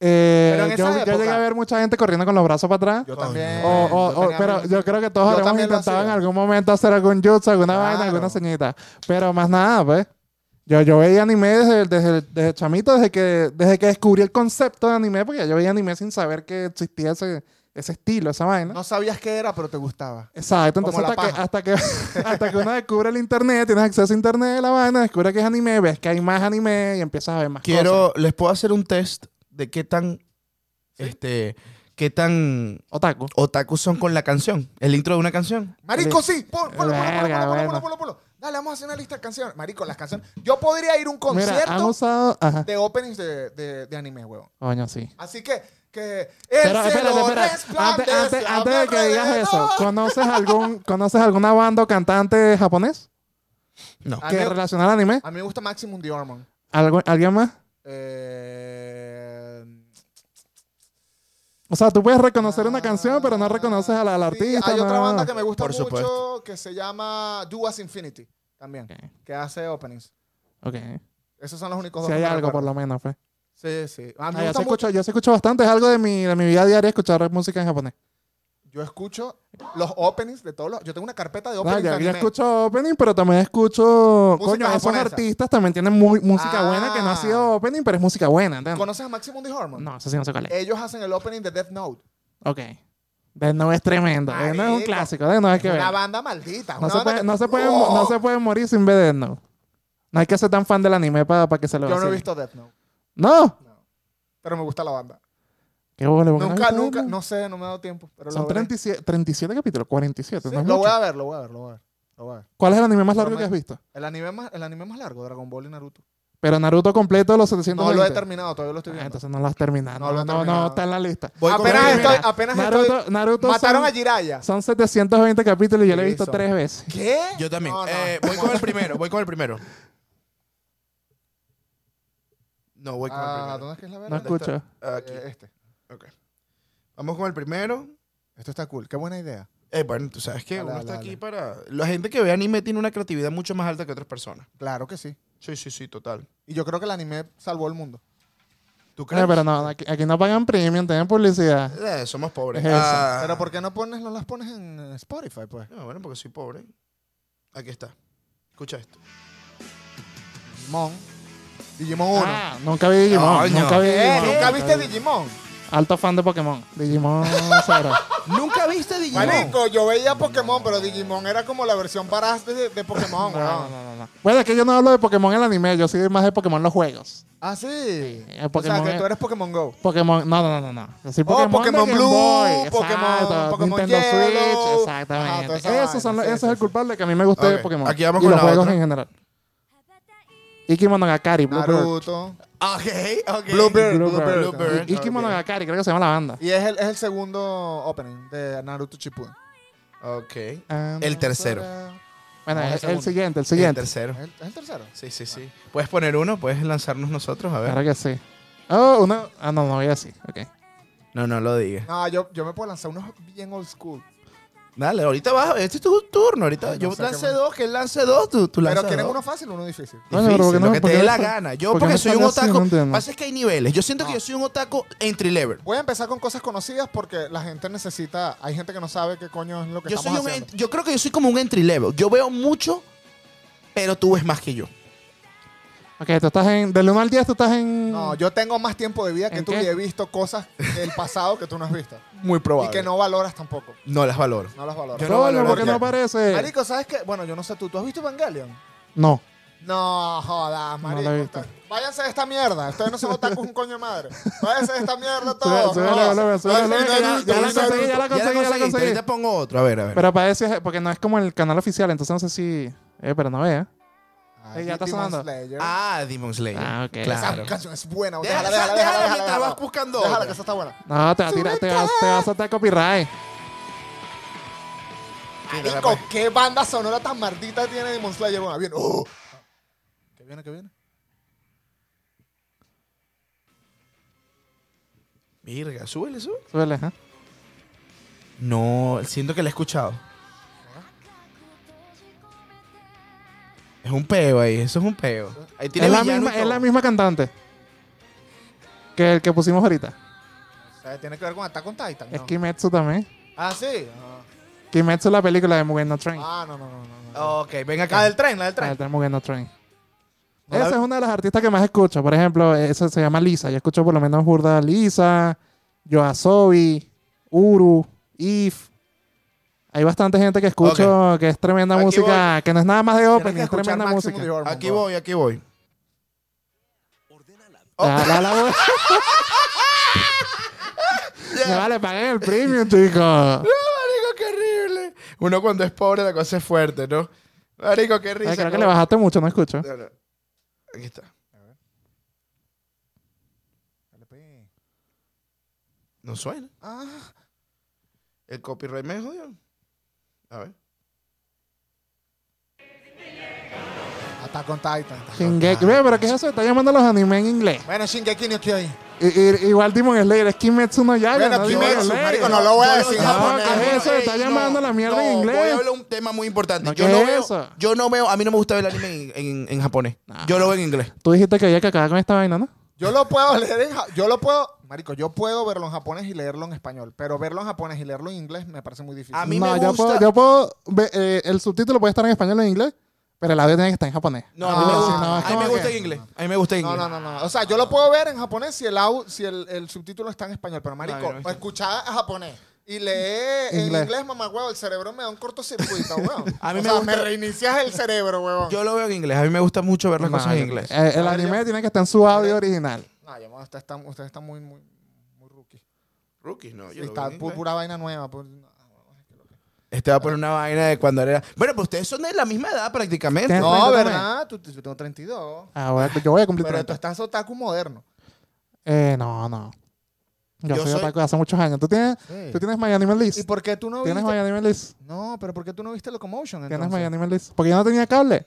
Speaker 1: eh,
Speaker 5: Pero en esa
Speaker 1: yo, yo
Speaker 5: época-
Speaker 1: llegué a ver mucha gente corriendo con los brazos para atrás.
Speaker 5: Yo también.
Speaker 1: O- o-
Speaker 5: yo
Speaker 1: o-
Speaker 5: tenía
Speaker 1: Oh, pero
Speaker 5: amigos-
Speaker 1: yo creo que todos
Speaker 5: Yo
Speaker 1: habíamos
Speaker 5: también lo
Speaker 1: intentado en
Speaker 5: hacía.
Speaker 1: algún momento hacer algún jutsu, alguna vaina,
Speaker 5: Claro.
Speaker 1: alguna señita. Pero más nada, pues. Yo, yo veía anime desde, desde, desde chamito, desde que, desde que descubrí el concepto de anime, porque yo veía anime sin saber que existía ese, ese estilo, esa vaina.
Speaker 5: No sabías qué era, pero te gustaba.
Speaker 1: Exacto,
Speaker 5: Como
Speaker 1: entonces
Speaker 5: la
Speaker 1: hasta que, hasta, que, hasta que uno descubre el internet, tienes acceso a internet, la vaina, descubre que es anime, ves que hay más anime y empiezas a ver más cosas.
Speaker 2: Quiero. Les puedo hacer un test de qué tan. Este. Qué tan.
Speaker 1: Otaku.
Speaker 2: Otaku son con la canción. El intro de una canción.
Speaker 5: Marico, sí. Pon- Ponlo, ponlo,
Speaker 1: Verga,
Speaker 5: ponlo, ponlo, ponlo,
Speaker 1: bueno.
Speaker 5: ponlo, ponlo. Dale, vamos a hacer una lista de canciones. Marico, las canciones. Yo podría ir a un
Speaker 1: Mira, han
Speaker 5: concierto
Speaker 1: usado... Ajá.
Speaker 5: de openings de, de, de anime, huevón.
Speaker 1: Coño, sí.
Speaker 5: Así que, que el
Speaker 1: Pero espérate,
Speaker 5: cielo
Speaker 1: espérate. Antes,
Speaker 5: resplandece
Speaker 1: antes-
Speaker 5: a
Speaker 1: antes
Speaker 5: mi
Speaker 1: de que digas
Speaker 5: alrededor.
Speaker 1: eso, ¿conoces, algún, ¿conoces alguna banda o cantante japonés
Speaker 2: No.
Speaker 5: A mí,
Speaker 1: que relaciona al anime?
Speaker 5: a mí me gusta Maximum Diorman.
Speaker 1: ¿Algu- ¿Alguien más?
Speaker 5: Eh,
Speaker 1: O sea, tú puedes reconocer una canción, pero no reconoces a la- al
Speaker 5: Ah, sí,
Speaker 1: artista.
Speaker 5: hay otra
Speaker 1: no.
Speaker 5: banda que me gusta
Speaker 2: Por
Speaker 5: mucho
Speaker 2: supuesto.
Speaker 5: que se llama Do As Infinity también, que hace openings.
Speaker 1: Ok.
Speaker 5: Esos son los únicos
Speaker 1: Si
Speaker 5: dos.
Speaker 1: hay
Speaker 5: que me
Speaker 1: algo, por
Speaker 5: recuerdo.
Speaker 1: lo menos, pues.
Speaker 5: Sí, sí. A mí
Speaker 1: Ah, yo,
Speaker 5: me
Speaker 1: sí
Speaker 5: gusta mucho.
Speaker 1: escucho, yo sí escucho bastante. Es algo de mi, de mi vida diaria escuchar música en japonés.
Speaker 5: Yo escucho los openings de todos los. Yo tengo una carpeta de
Speaker 1: No,
Speaker 5: openings.
Speaker 1: yo,
Speaker 5: de
Speaker 1: yo
Speaker 5: anime.
Speaker 1: escucho opening, pero también escucho.
Speaker 5: Música
Speaker 1: coño, esos
Speaker 5: japonesa.
Speaker 1: artistas también tienen muy, música
Speaker 5: Ah.
Speaker 1: buena que no ha sido opening, pero es música buena. ¿entiendes?
Speaker 5: ¿Conoces a Maximum Diorman?
Speaker 1: No, eso sí no sé cuál es.
Speaker 5: Ellos hacen el opening de Death Note.
Speaker 1: Ok. Death Note es tremendo. Death Note es un
Speaker 5: Marico.
Speaker 1: clásico. Death Note hay que ver.
Speaker 5: Una banda maldita.
Speaker 1: No
Speaker 5: una
Speaker 1: se,
Speaker 5: banda
Speaker 1: puede,
Speaker 5: que-
Speaker 1: no, se puede,
Speaker 5: ¡Oh!
Speaker 1: no se puede morir sin ver Death Note. No hay que ser tan fan del anime para que se lo
Speaker 5: Yo no he
Speaker 1: vacilen.
Speaker 5: visto Death Note,
Speaker 1: No.
Speaker 5: pero me gusta la banda.
Speaker 1: Qué bola, ¿por qué no
Speaker 5: Nunca,
Speaker 1: has visto
Speaker 5: nunca,
Speaker 1: Death Note?
Speaker 5: no sé, no me ha dado tiempo. Pero
Speaker 1: Son
Speaker 5: lo, veré.
Speaker 1: 37, 37 capítulos, 47.
Speaker 5: Sí,
Speaker 1: no es
Speaker 5: lo voy
Speaker 1: mucho.
Speaker 5: a ver, lo voy a ver, lo voy a ver. lo voy a ver.
Speaker 1: ¿Cuál es el anime más largo
Speaker 5: Pero
Speaker 1: que
Speaker 5: me-
Speaker 1: has visto?
Speaker 5: El anime más, el anime más largo, Dragon Ball y Naruto.
Speaker 1: Pero Naruto completo, los 720.
Speaker 5: No lo he terminado, todavía lo estoy
Speaker 1: Ah,
Speaker 5: viendo.
Speaker 1: entonces no lo has terminado.
Speaker 5: No
Speaker 1: No,
Speaker 5: lo he
Speaker 1: no,
Speaker 5: terminado.
Speaker 1: no, está en la lista.
Speaker 2: Voy con
Speaker 5: apenas
Speaker 2: la
Speaker 5: estoy,
Speaker 2: primera.
Speaker 5: apenas
Speaker 1: Naruto,
Speaker 5: estoy.
Speaker 1: Naruto
Speaker 5: Mataron
Speaker 1: son,
Speaker 5: a Jiraiya.
Speaker 1: son 720 capítulos y yo lo he
Speaker 5: Sí,
Speaker 1: visto
Speaker 5: son.
Speaker 1: tres veces.
Speaker 5: ¿Qué?
Speaker 2: Yo también.
Speaker 5: No, no.
Speaker 2: Eh, voy con el primero, voy con el primero. No, voy con el
Speaker 5: Ah,
Speaker 2: primero.
Speaker 5: ¿Dónde es que es la
Speaker 1: No
Speaker 5: verdad?
Speaker 1: escucho.
Speaker 2: Aquí.
Speaker 5: Eh, este.
Speaker 2: Vamos con el primero.
Speaker 5: Esto está cool. Qué buena idea.
Speaker 2: Eh, bueno, tú sabes que
Speaker 5: Dale,
Speaker 2: uno
Speaker 5: dale,
Speaker 2: está
Speaker 5: dale.
Speaker 2: aquí para... La gente que ve anime tiene una creatividad mucho más alta que otras personas.
Speaker 5: Claro que sí.
Speaker 2: Sí, sí, sí, total.
Speaker 5: Y yo creo que el anime salvó el mundo.
Speaker 2: ¿Tú crees?
Speaker 1: Eh, pero no, aquí, aquí no pagan premium, tienen publicidad.
Speaker 2: Eh, somos pobres.
Speaker 1: Es eso.
Speaker 2: Ah.
Speaker 5: Pero ¿por qué no pones, no las pones en eh, Spotify, pues?
Speaker 2: No, bueno, porque soy pobre. Aquí está. Escucha esto.
Speaker 5: Digimon. Digimon 1.
Speaker 1: Ah, nunca vi Digimon.
Speaker 2: Coño.
Speaker 1: Nunca vi
Speaker 5: ¿Qué?
Speaker 1: Digimon.
Speaker 5: ¿Nunca
Speaker 1: Nunca
Speaker 5: viste
Speaker 1: vi-
Speaker 5: Digimon?
Speaker 1: Alto fan de Pokémon. Digimon cero.
Speaker 2: ¿Nunca viste Digimon?
Speaker 5: Marico, yo veía Pokémon, pero Digimon era como la versión para de, de Pokémon, weón.
Speaker 1: Bueno, es que yo no hablo de Pokémon en el anime, yo soy más de Pokémon los juegos.
Speaker 5: Ah, sí.
Speaker 1: el
Speaker 5: O sea,
Speaker 1: Pokémon
Speaker 5: que
Speaker 1: es-
Speaker 5: tú eres Pokémon Go.
Speaker 1: Pokémon, no, no, no, no, no. Yo soy Pokémon, de
Speaker 5: Pokémon
Speaker 1: Game
Speaker 5: Blue,
Speaker 1: Boy,
Speaker 5: Pokémon-
Speaker 1: exacto,
Speaker 5: Pokémon
Speaker 1: Nintendo
Speaker 5: Yellow.
Speaker 1: Switch,
Speaker 5: Ajá, toda
Speaker 1: exactamente.
Speaker 5: esa
Speaker 1: Esos son
Speaker 5: vaina,
Speaker 1: los-
Speaker 5: sí,
Speaker 1: ese
Speaker 5: sí,
Speaker 1: es el
Speaker 5: sí.
Speaker 1: culpable que a mí me gusta de
Speaker 2: Ok,
Speaker 1: Pokémon.
Speaker 2: aquí vamos
Speaker 1: y
Speaker 2: con
Speaker 1: los
Speaker 2: la
Speaker 1: juegos
Speaker 2: otra.
Speaker 1: en general. Iki Monogatari, Bluebird.
Speaker 5: Naruto.
Speaker 2: Ok, ok.
Speaker 5: Bluebird, Bluebird.
Speaker 2: Bluebird.
Speaker 1: Iki
Speaker 2: ok.
Speaker 1: Monogatari, creo que se llama la banda.
Speaker 5: Y es el, es el segundo opening de Naruto Shippuden.
Speaker 2: Ok. El tercero.
Speaker 1: pues. Bueno,
Speaker 2: No, el
Speaker 1: el,
Speaker 2: segundo.
Speaker 1: el siguiente, el
Speaker 2: El
Speaker 1: siguiente.
Speaker 2: tercero.
Speaker 5: ¿Es el, es el tercero?
Speaker 2: Sí, sí, sí. ¿Puedes poner uno? ¿Puedes lanzarnos nosotros? A ver.
Speaker 1: Claro que sí. Oh, uno. Ah, no, no, voy así. Ok.
Speaker 2: No, no lo digas.
Speaker 5: No, yo, yo me puedo lanzar unos bien old school.
Speaker 2: Dale, ahorita vas. a- Este es tu turno. Ahorita
Speaker 5: Ay, no
Speaker 2: yo
Speaker 5: sé
Speaker 2: lancé
Speaker 5: qué más.
Speaker 2: dos, que él lance dos, tú, tú
Speaker 5: Pero
Speaker 2: lanzas
Speaker 5: quieren
Speaker 2: dos.
Speaker 5: uno fácil uno difícil.
Speaker 1: Bueno,
Speaker 2: Difícil,
Speaker 1: pero ¿por qué
Speaker 2: lo
Speaker 1: no?
Speaker 2: que
Speaker 1: ¿Por
Speaker 2: te
Speaker 1: qué
Speaker 2: dé la
Speaker 1: sale-
Speaker 2: gana. Yo,
Speaker 1: por qué
Speaker 2: porque
Speaker 1: no
Speaker 2: soy un
Speaker 1: sale así?
Speaker 2: otaku.
Speaker 1: No entiendo.
Speaker 2: Pasa es que hay niveles. Yo siento que
Speaker 5: Ah.
Speaker 2: yo soy un otaku entry level.
Speaker 5: Voy a empezar con cosas conocidas porque la gente necesita. Hay gente que no sabe qué coño es lo que
Speaker 2: Yo, soy
Speaker 5: estamos
Speaker 2: un
Speaker 5: haciendo.
Speaker 2: ent- yo creo que yo soy como un entry level. Yo veo mucho, pero tú ves más que yo.
Speaker 1: Ok, tú estás en. Del 1 al 10, tú estás en.
Speaker 5: No, yo tengo más tiempo de vida que
Speaker 1: ¿En
Speaker 5: tú
Speaker 1: qué?
Speaker 5: y he visto cosas del pasado que tú no has visto.
Speaker 2: Muy
Speaker 5: Y
Speaker 2: probable.
Speaker 5: que no valoras tampoco.
Speaker 2: No las valoro.
Speaker 5: No las valoras.
Speaker 2: Yo no
Speaker 1: Coño,
Speaker 2: valoro
Speaker 1: ¿por qué
Speaker 2: ya.
Speaker 1: no aparece?
Speaker 5: Marico, ¿sabes qué? Bueno, yo no sé tú. ¿Tú has visto Evangelion?
Speaker 1: No.
Speaker 5: No, jodas,
Speaker 1: No lo he
Speaker 5: marico.
Speaker 1: visto.
Speaker 5: Ustedes- Váyanse de esta mierda. Ustedes no son otakus un coño de madre. Váyanse de esta mierda
Speaker 1: Sube,
Speaker 5: todos.
Speaker 1: sube, sube,
Speaker 5: no.
Speaker 1: sube, sube,
Speaker 5: Váyanse
Speaker 1: sube, ya-
Speaker 5: de
Speaker 1: ya la
Speaker 5: Naruto,
Speaker 1: conseguí, ya la
Speaker 5: Naruto.
Speaker 1: conseguí, ya la
Speaker 2: conseguiste.
Speaker 1: conseguí.
Speaker 2: Ahorita pongo otro. A ver, a ver.
Speaker 1: Pero parece. Porque no es como el canal oficial, entonces no sé si. Eh, pero no vea.
Speaker 5: Ay,
Speaker 1: Ya está
Speaker 5: Demon
Speaker 1: sonando.
Speaker 5: Slayer.
Speaker 2: ah, Demon Slayer.
Speaker 1: Ah, ok.
Speaker 5: Esa
Speaker 2: Claro.
Speaker 5: canción es buena.
Speaker 2: Deja-
Speaker 5: Déjala, déjala,
Speaker 2: déjala
Speaker 5: déjala.
Speaker 2: mientras
Speaker 5: déjala.
Speaker 2: vas buscando
Speaker 5: Déjala,
Speaker 2: otra.
Speaker 5: que esa está buena.
Speaker 1: No, te va a tirar, te va, te va a saltar copyright.
Speaker 5: Marico, qué banda sonora tan maldita tiene Demon Slayer. Bueno, bien. Oh. ¿Qué viene, qué viene?
Speaker 2: Virga, súbele, súbele.
Speaker 1: Súbele, ¿eh?
Speaker 2: No, siento que la he escuchado. Es un peo ahí, eso es un peo. Ahí tiene
Speaker 1: Es la,
Speaker 2: villano y
Speaker 1: misma, es
Speaker 2: todo.
Speaker 1: la misma cantante que el que pusimos ahorita.
Speaker 5: O sea, tiene que ver con Attack on Titan.
Speaker 1: Es
Speaker 5: ¿no?
Speaker 1: Kimetsu también.
Speaker 5: Ah, sí. Ah.
Speaker 1: Kimetsu es la película de Mugen no Train.
Speaker 5: Ah, no, no, no. no, no.
Speaker 2: Ok, venga
Speaker 5: La
Speaker 2: acá.
Speaker 5: del tren, la del
Speaker 1: Ah,
Speaker 5: tren.
Speaker 1: de Mugen no Train.
Speaker 2: No la-
Speaker 1: Esa es una de las artistas que más escucho. Por ejemplo, esa se llama Lisa. Yo escucho por lo menos Burda Lisa, Yoasobi, Uru, If. Hay bastante gente que escucho que es tremenda
Speaker 2: Aquí
Speaker 1: música, que no es nada más de
Speaker 5: Tienes
Speaker 1: open,
Speaker 5: que
Speaker 1: es
Speaker 5: escuchar
Speaker 1: tremenda
Speaker 5: Maximum
Speaker 1: música.
Speaker 5: The Hormone,
Speaker 2: Aquí
Speaker 5: bro.
Speaker 2: voy, aquí voy.
Speaker 1: Ya, Ah, la- la- la- Me vale, paguen el premium, chicos.
Speaker 2: Marico, qué horrible. Uno cuando es pobre la cosa es fuerte, ¿no? Marico, qué risa.
Speaker 1: Ay, creo que
Speaker 2: ¿no?
Speaker 1: le bajaste mucho, no escucho.
Speaker 2: No, no. Aquí está.
Speaker 5: Dale, pe.
Speaker 2: No suena.
Speaker 5: Ah,
Speaker 2: El copyright me jodió. A ver.
Speaker 5: Attack on Titan.
Speaker 1: Shingeki. Ve, pero ¿qué es eso? Está llamando a los animes en inglés.
Speaker 5: Bueno, Shingeki no Kyojin.
Speaker 1: I- i- igual Demon Slayer es Kimetsu no Yaiba.
Speaker 5: Bueno,
Speaker 1: no Demon
Speaker 5: Kimetsu,
Speaker 1: Slayer.
Speaker 5: marico, no lo voy a
Speaker 2: No,
Speaker 5: decir en
Speaker 2: no,
Speaker 5: japonés.
Speaker 1: Ah, ¿qué es eso?
Speaker 2: Ey,
Speaker 1: Está
Speaker 2: no,
Speaker 1: llamando la mierda en
Speaker 2: no,
Speaker 1: inglés.
Speaker 2: Voy a hablar de un tema muy importante.
Speaker 1: No,
Speaker 2: yo,
Speaker 1: ¿qué
Speaker 2: no
Speaker 1: es
Speaker 2: veo,
Speaker 1: eso?
Speaker 2: yo no veo, a mí no me gusta ver el anime en, en- en japonés.
Speaker 1: No.
Speaker 2: Yo lo veo en inglés.
Speaker 1: Tú dijiste que había que acabar con esta vaina, ¿no?
Speaker 5: Yo lo puedo leer en ja- yo lo puedo, marico, yo puedo verlo en japonés y leerlo en español, pero verlo en japonés y leerlo en inglés me parece muy difícil.
Speaker 2: A mí
Speaker 1: no,
Speaker 2: me
Speaker 1: yo
Speaker 2: gusta-
Speaker 1: puedo, yo puedo ver, eh, el subtítulo puede estar en español o en inglés, pero el audio tiene que estar en japonés.
Speaker 2: No, a
Speaker 5: Ah,
Speaker 2: mí me
Speaker 5: sí,
Speaker 2: gusta,
Speaker 1: es
Speaker 5: no,
Speaker 2: a mí me
Speaker 1: como
Speaker 2: gusta
Speaker 1: que-
Speaker 2: en inglés. A mí me gusta en
Speaker 5: no,
Speaker 2: inglés.
Speaker 5: no, no, no. O sea, yo lo puedo ver en japonés si el au- si el, el subtítulo está en español, pero
Speaker 2: No,
Speaker 5: marico,
Speaker 2: no, no.
Speaker 5: escuchar a japonés y leer en
Speaker 1: Inglés.
Speaker 5: inglés, mamá huevo, el cerebro me da un cortocircuito, huevón.
Speaker 2: A mí
Speaker 5: o
Speaker 2: me
Speaker 5: sea,
Speaker 2: gusta-
Speaker 5: me reinicias el cerebro, huevón.
Speaker 2: Yo lo veo en inglés. A mí me gusta mucho ver las
Speaker 1: No,
Speaker 2: cosas en
Speaker 1: yo-
Speaker 2: inglés.
Speaker 1: eh, el anime tiene que estar en su audio original.
Speaker 5: No, yo, ustedes están ustedes están muy muy muy rookie.
Speaker 2: Rookies, no.
Speaker 5: Y está pu- pura vaina nueva, pu- no, huevón, es que lo que-
Speaker 2: Este va a poner una vaina de cuando era. Bueno, pues ustedes son de la misma edad prácticamente.
Speaker 1: Ten-
Speaker 5: No,
Speaker 1: 30 también.
Speaker 5: ¿verdad? Ah, Tú, yo tengo 32.
Speaker 1: Ahora yo Ah, voy a cumplir
Speaker 5: Pero tú
Speaker 1: 30.
Speaker 5: estás otaku moderno.
Speaker 1: Eh, no, no. Yo,
Speaker 2: Yo
Speaker 1: soy
Speaker 2: soy-
Speaker 1: otaku de hace muchos años. ¿Tú tienes,
Speaker 5: Sí.
Speaker 1: ¿tú tienes My Anime List?
Speaker 5: ¿Y por qué tú no
Speaker 1: ¿Tienes
Speaker 5: viste?
Speaker 1: My Anime List?
Speaker 5: No, pero ¿por qué tú no viste Locomotion?
Speaker 1: ¿Tienes
Speaker 5: entonces? Pues,
Speaker 1: My Anime List? Porque yo no tenía cable.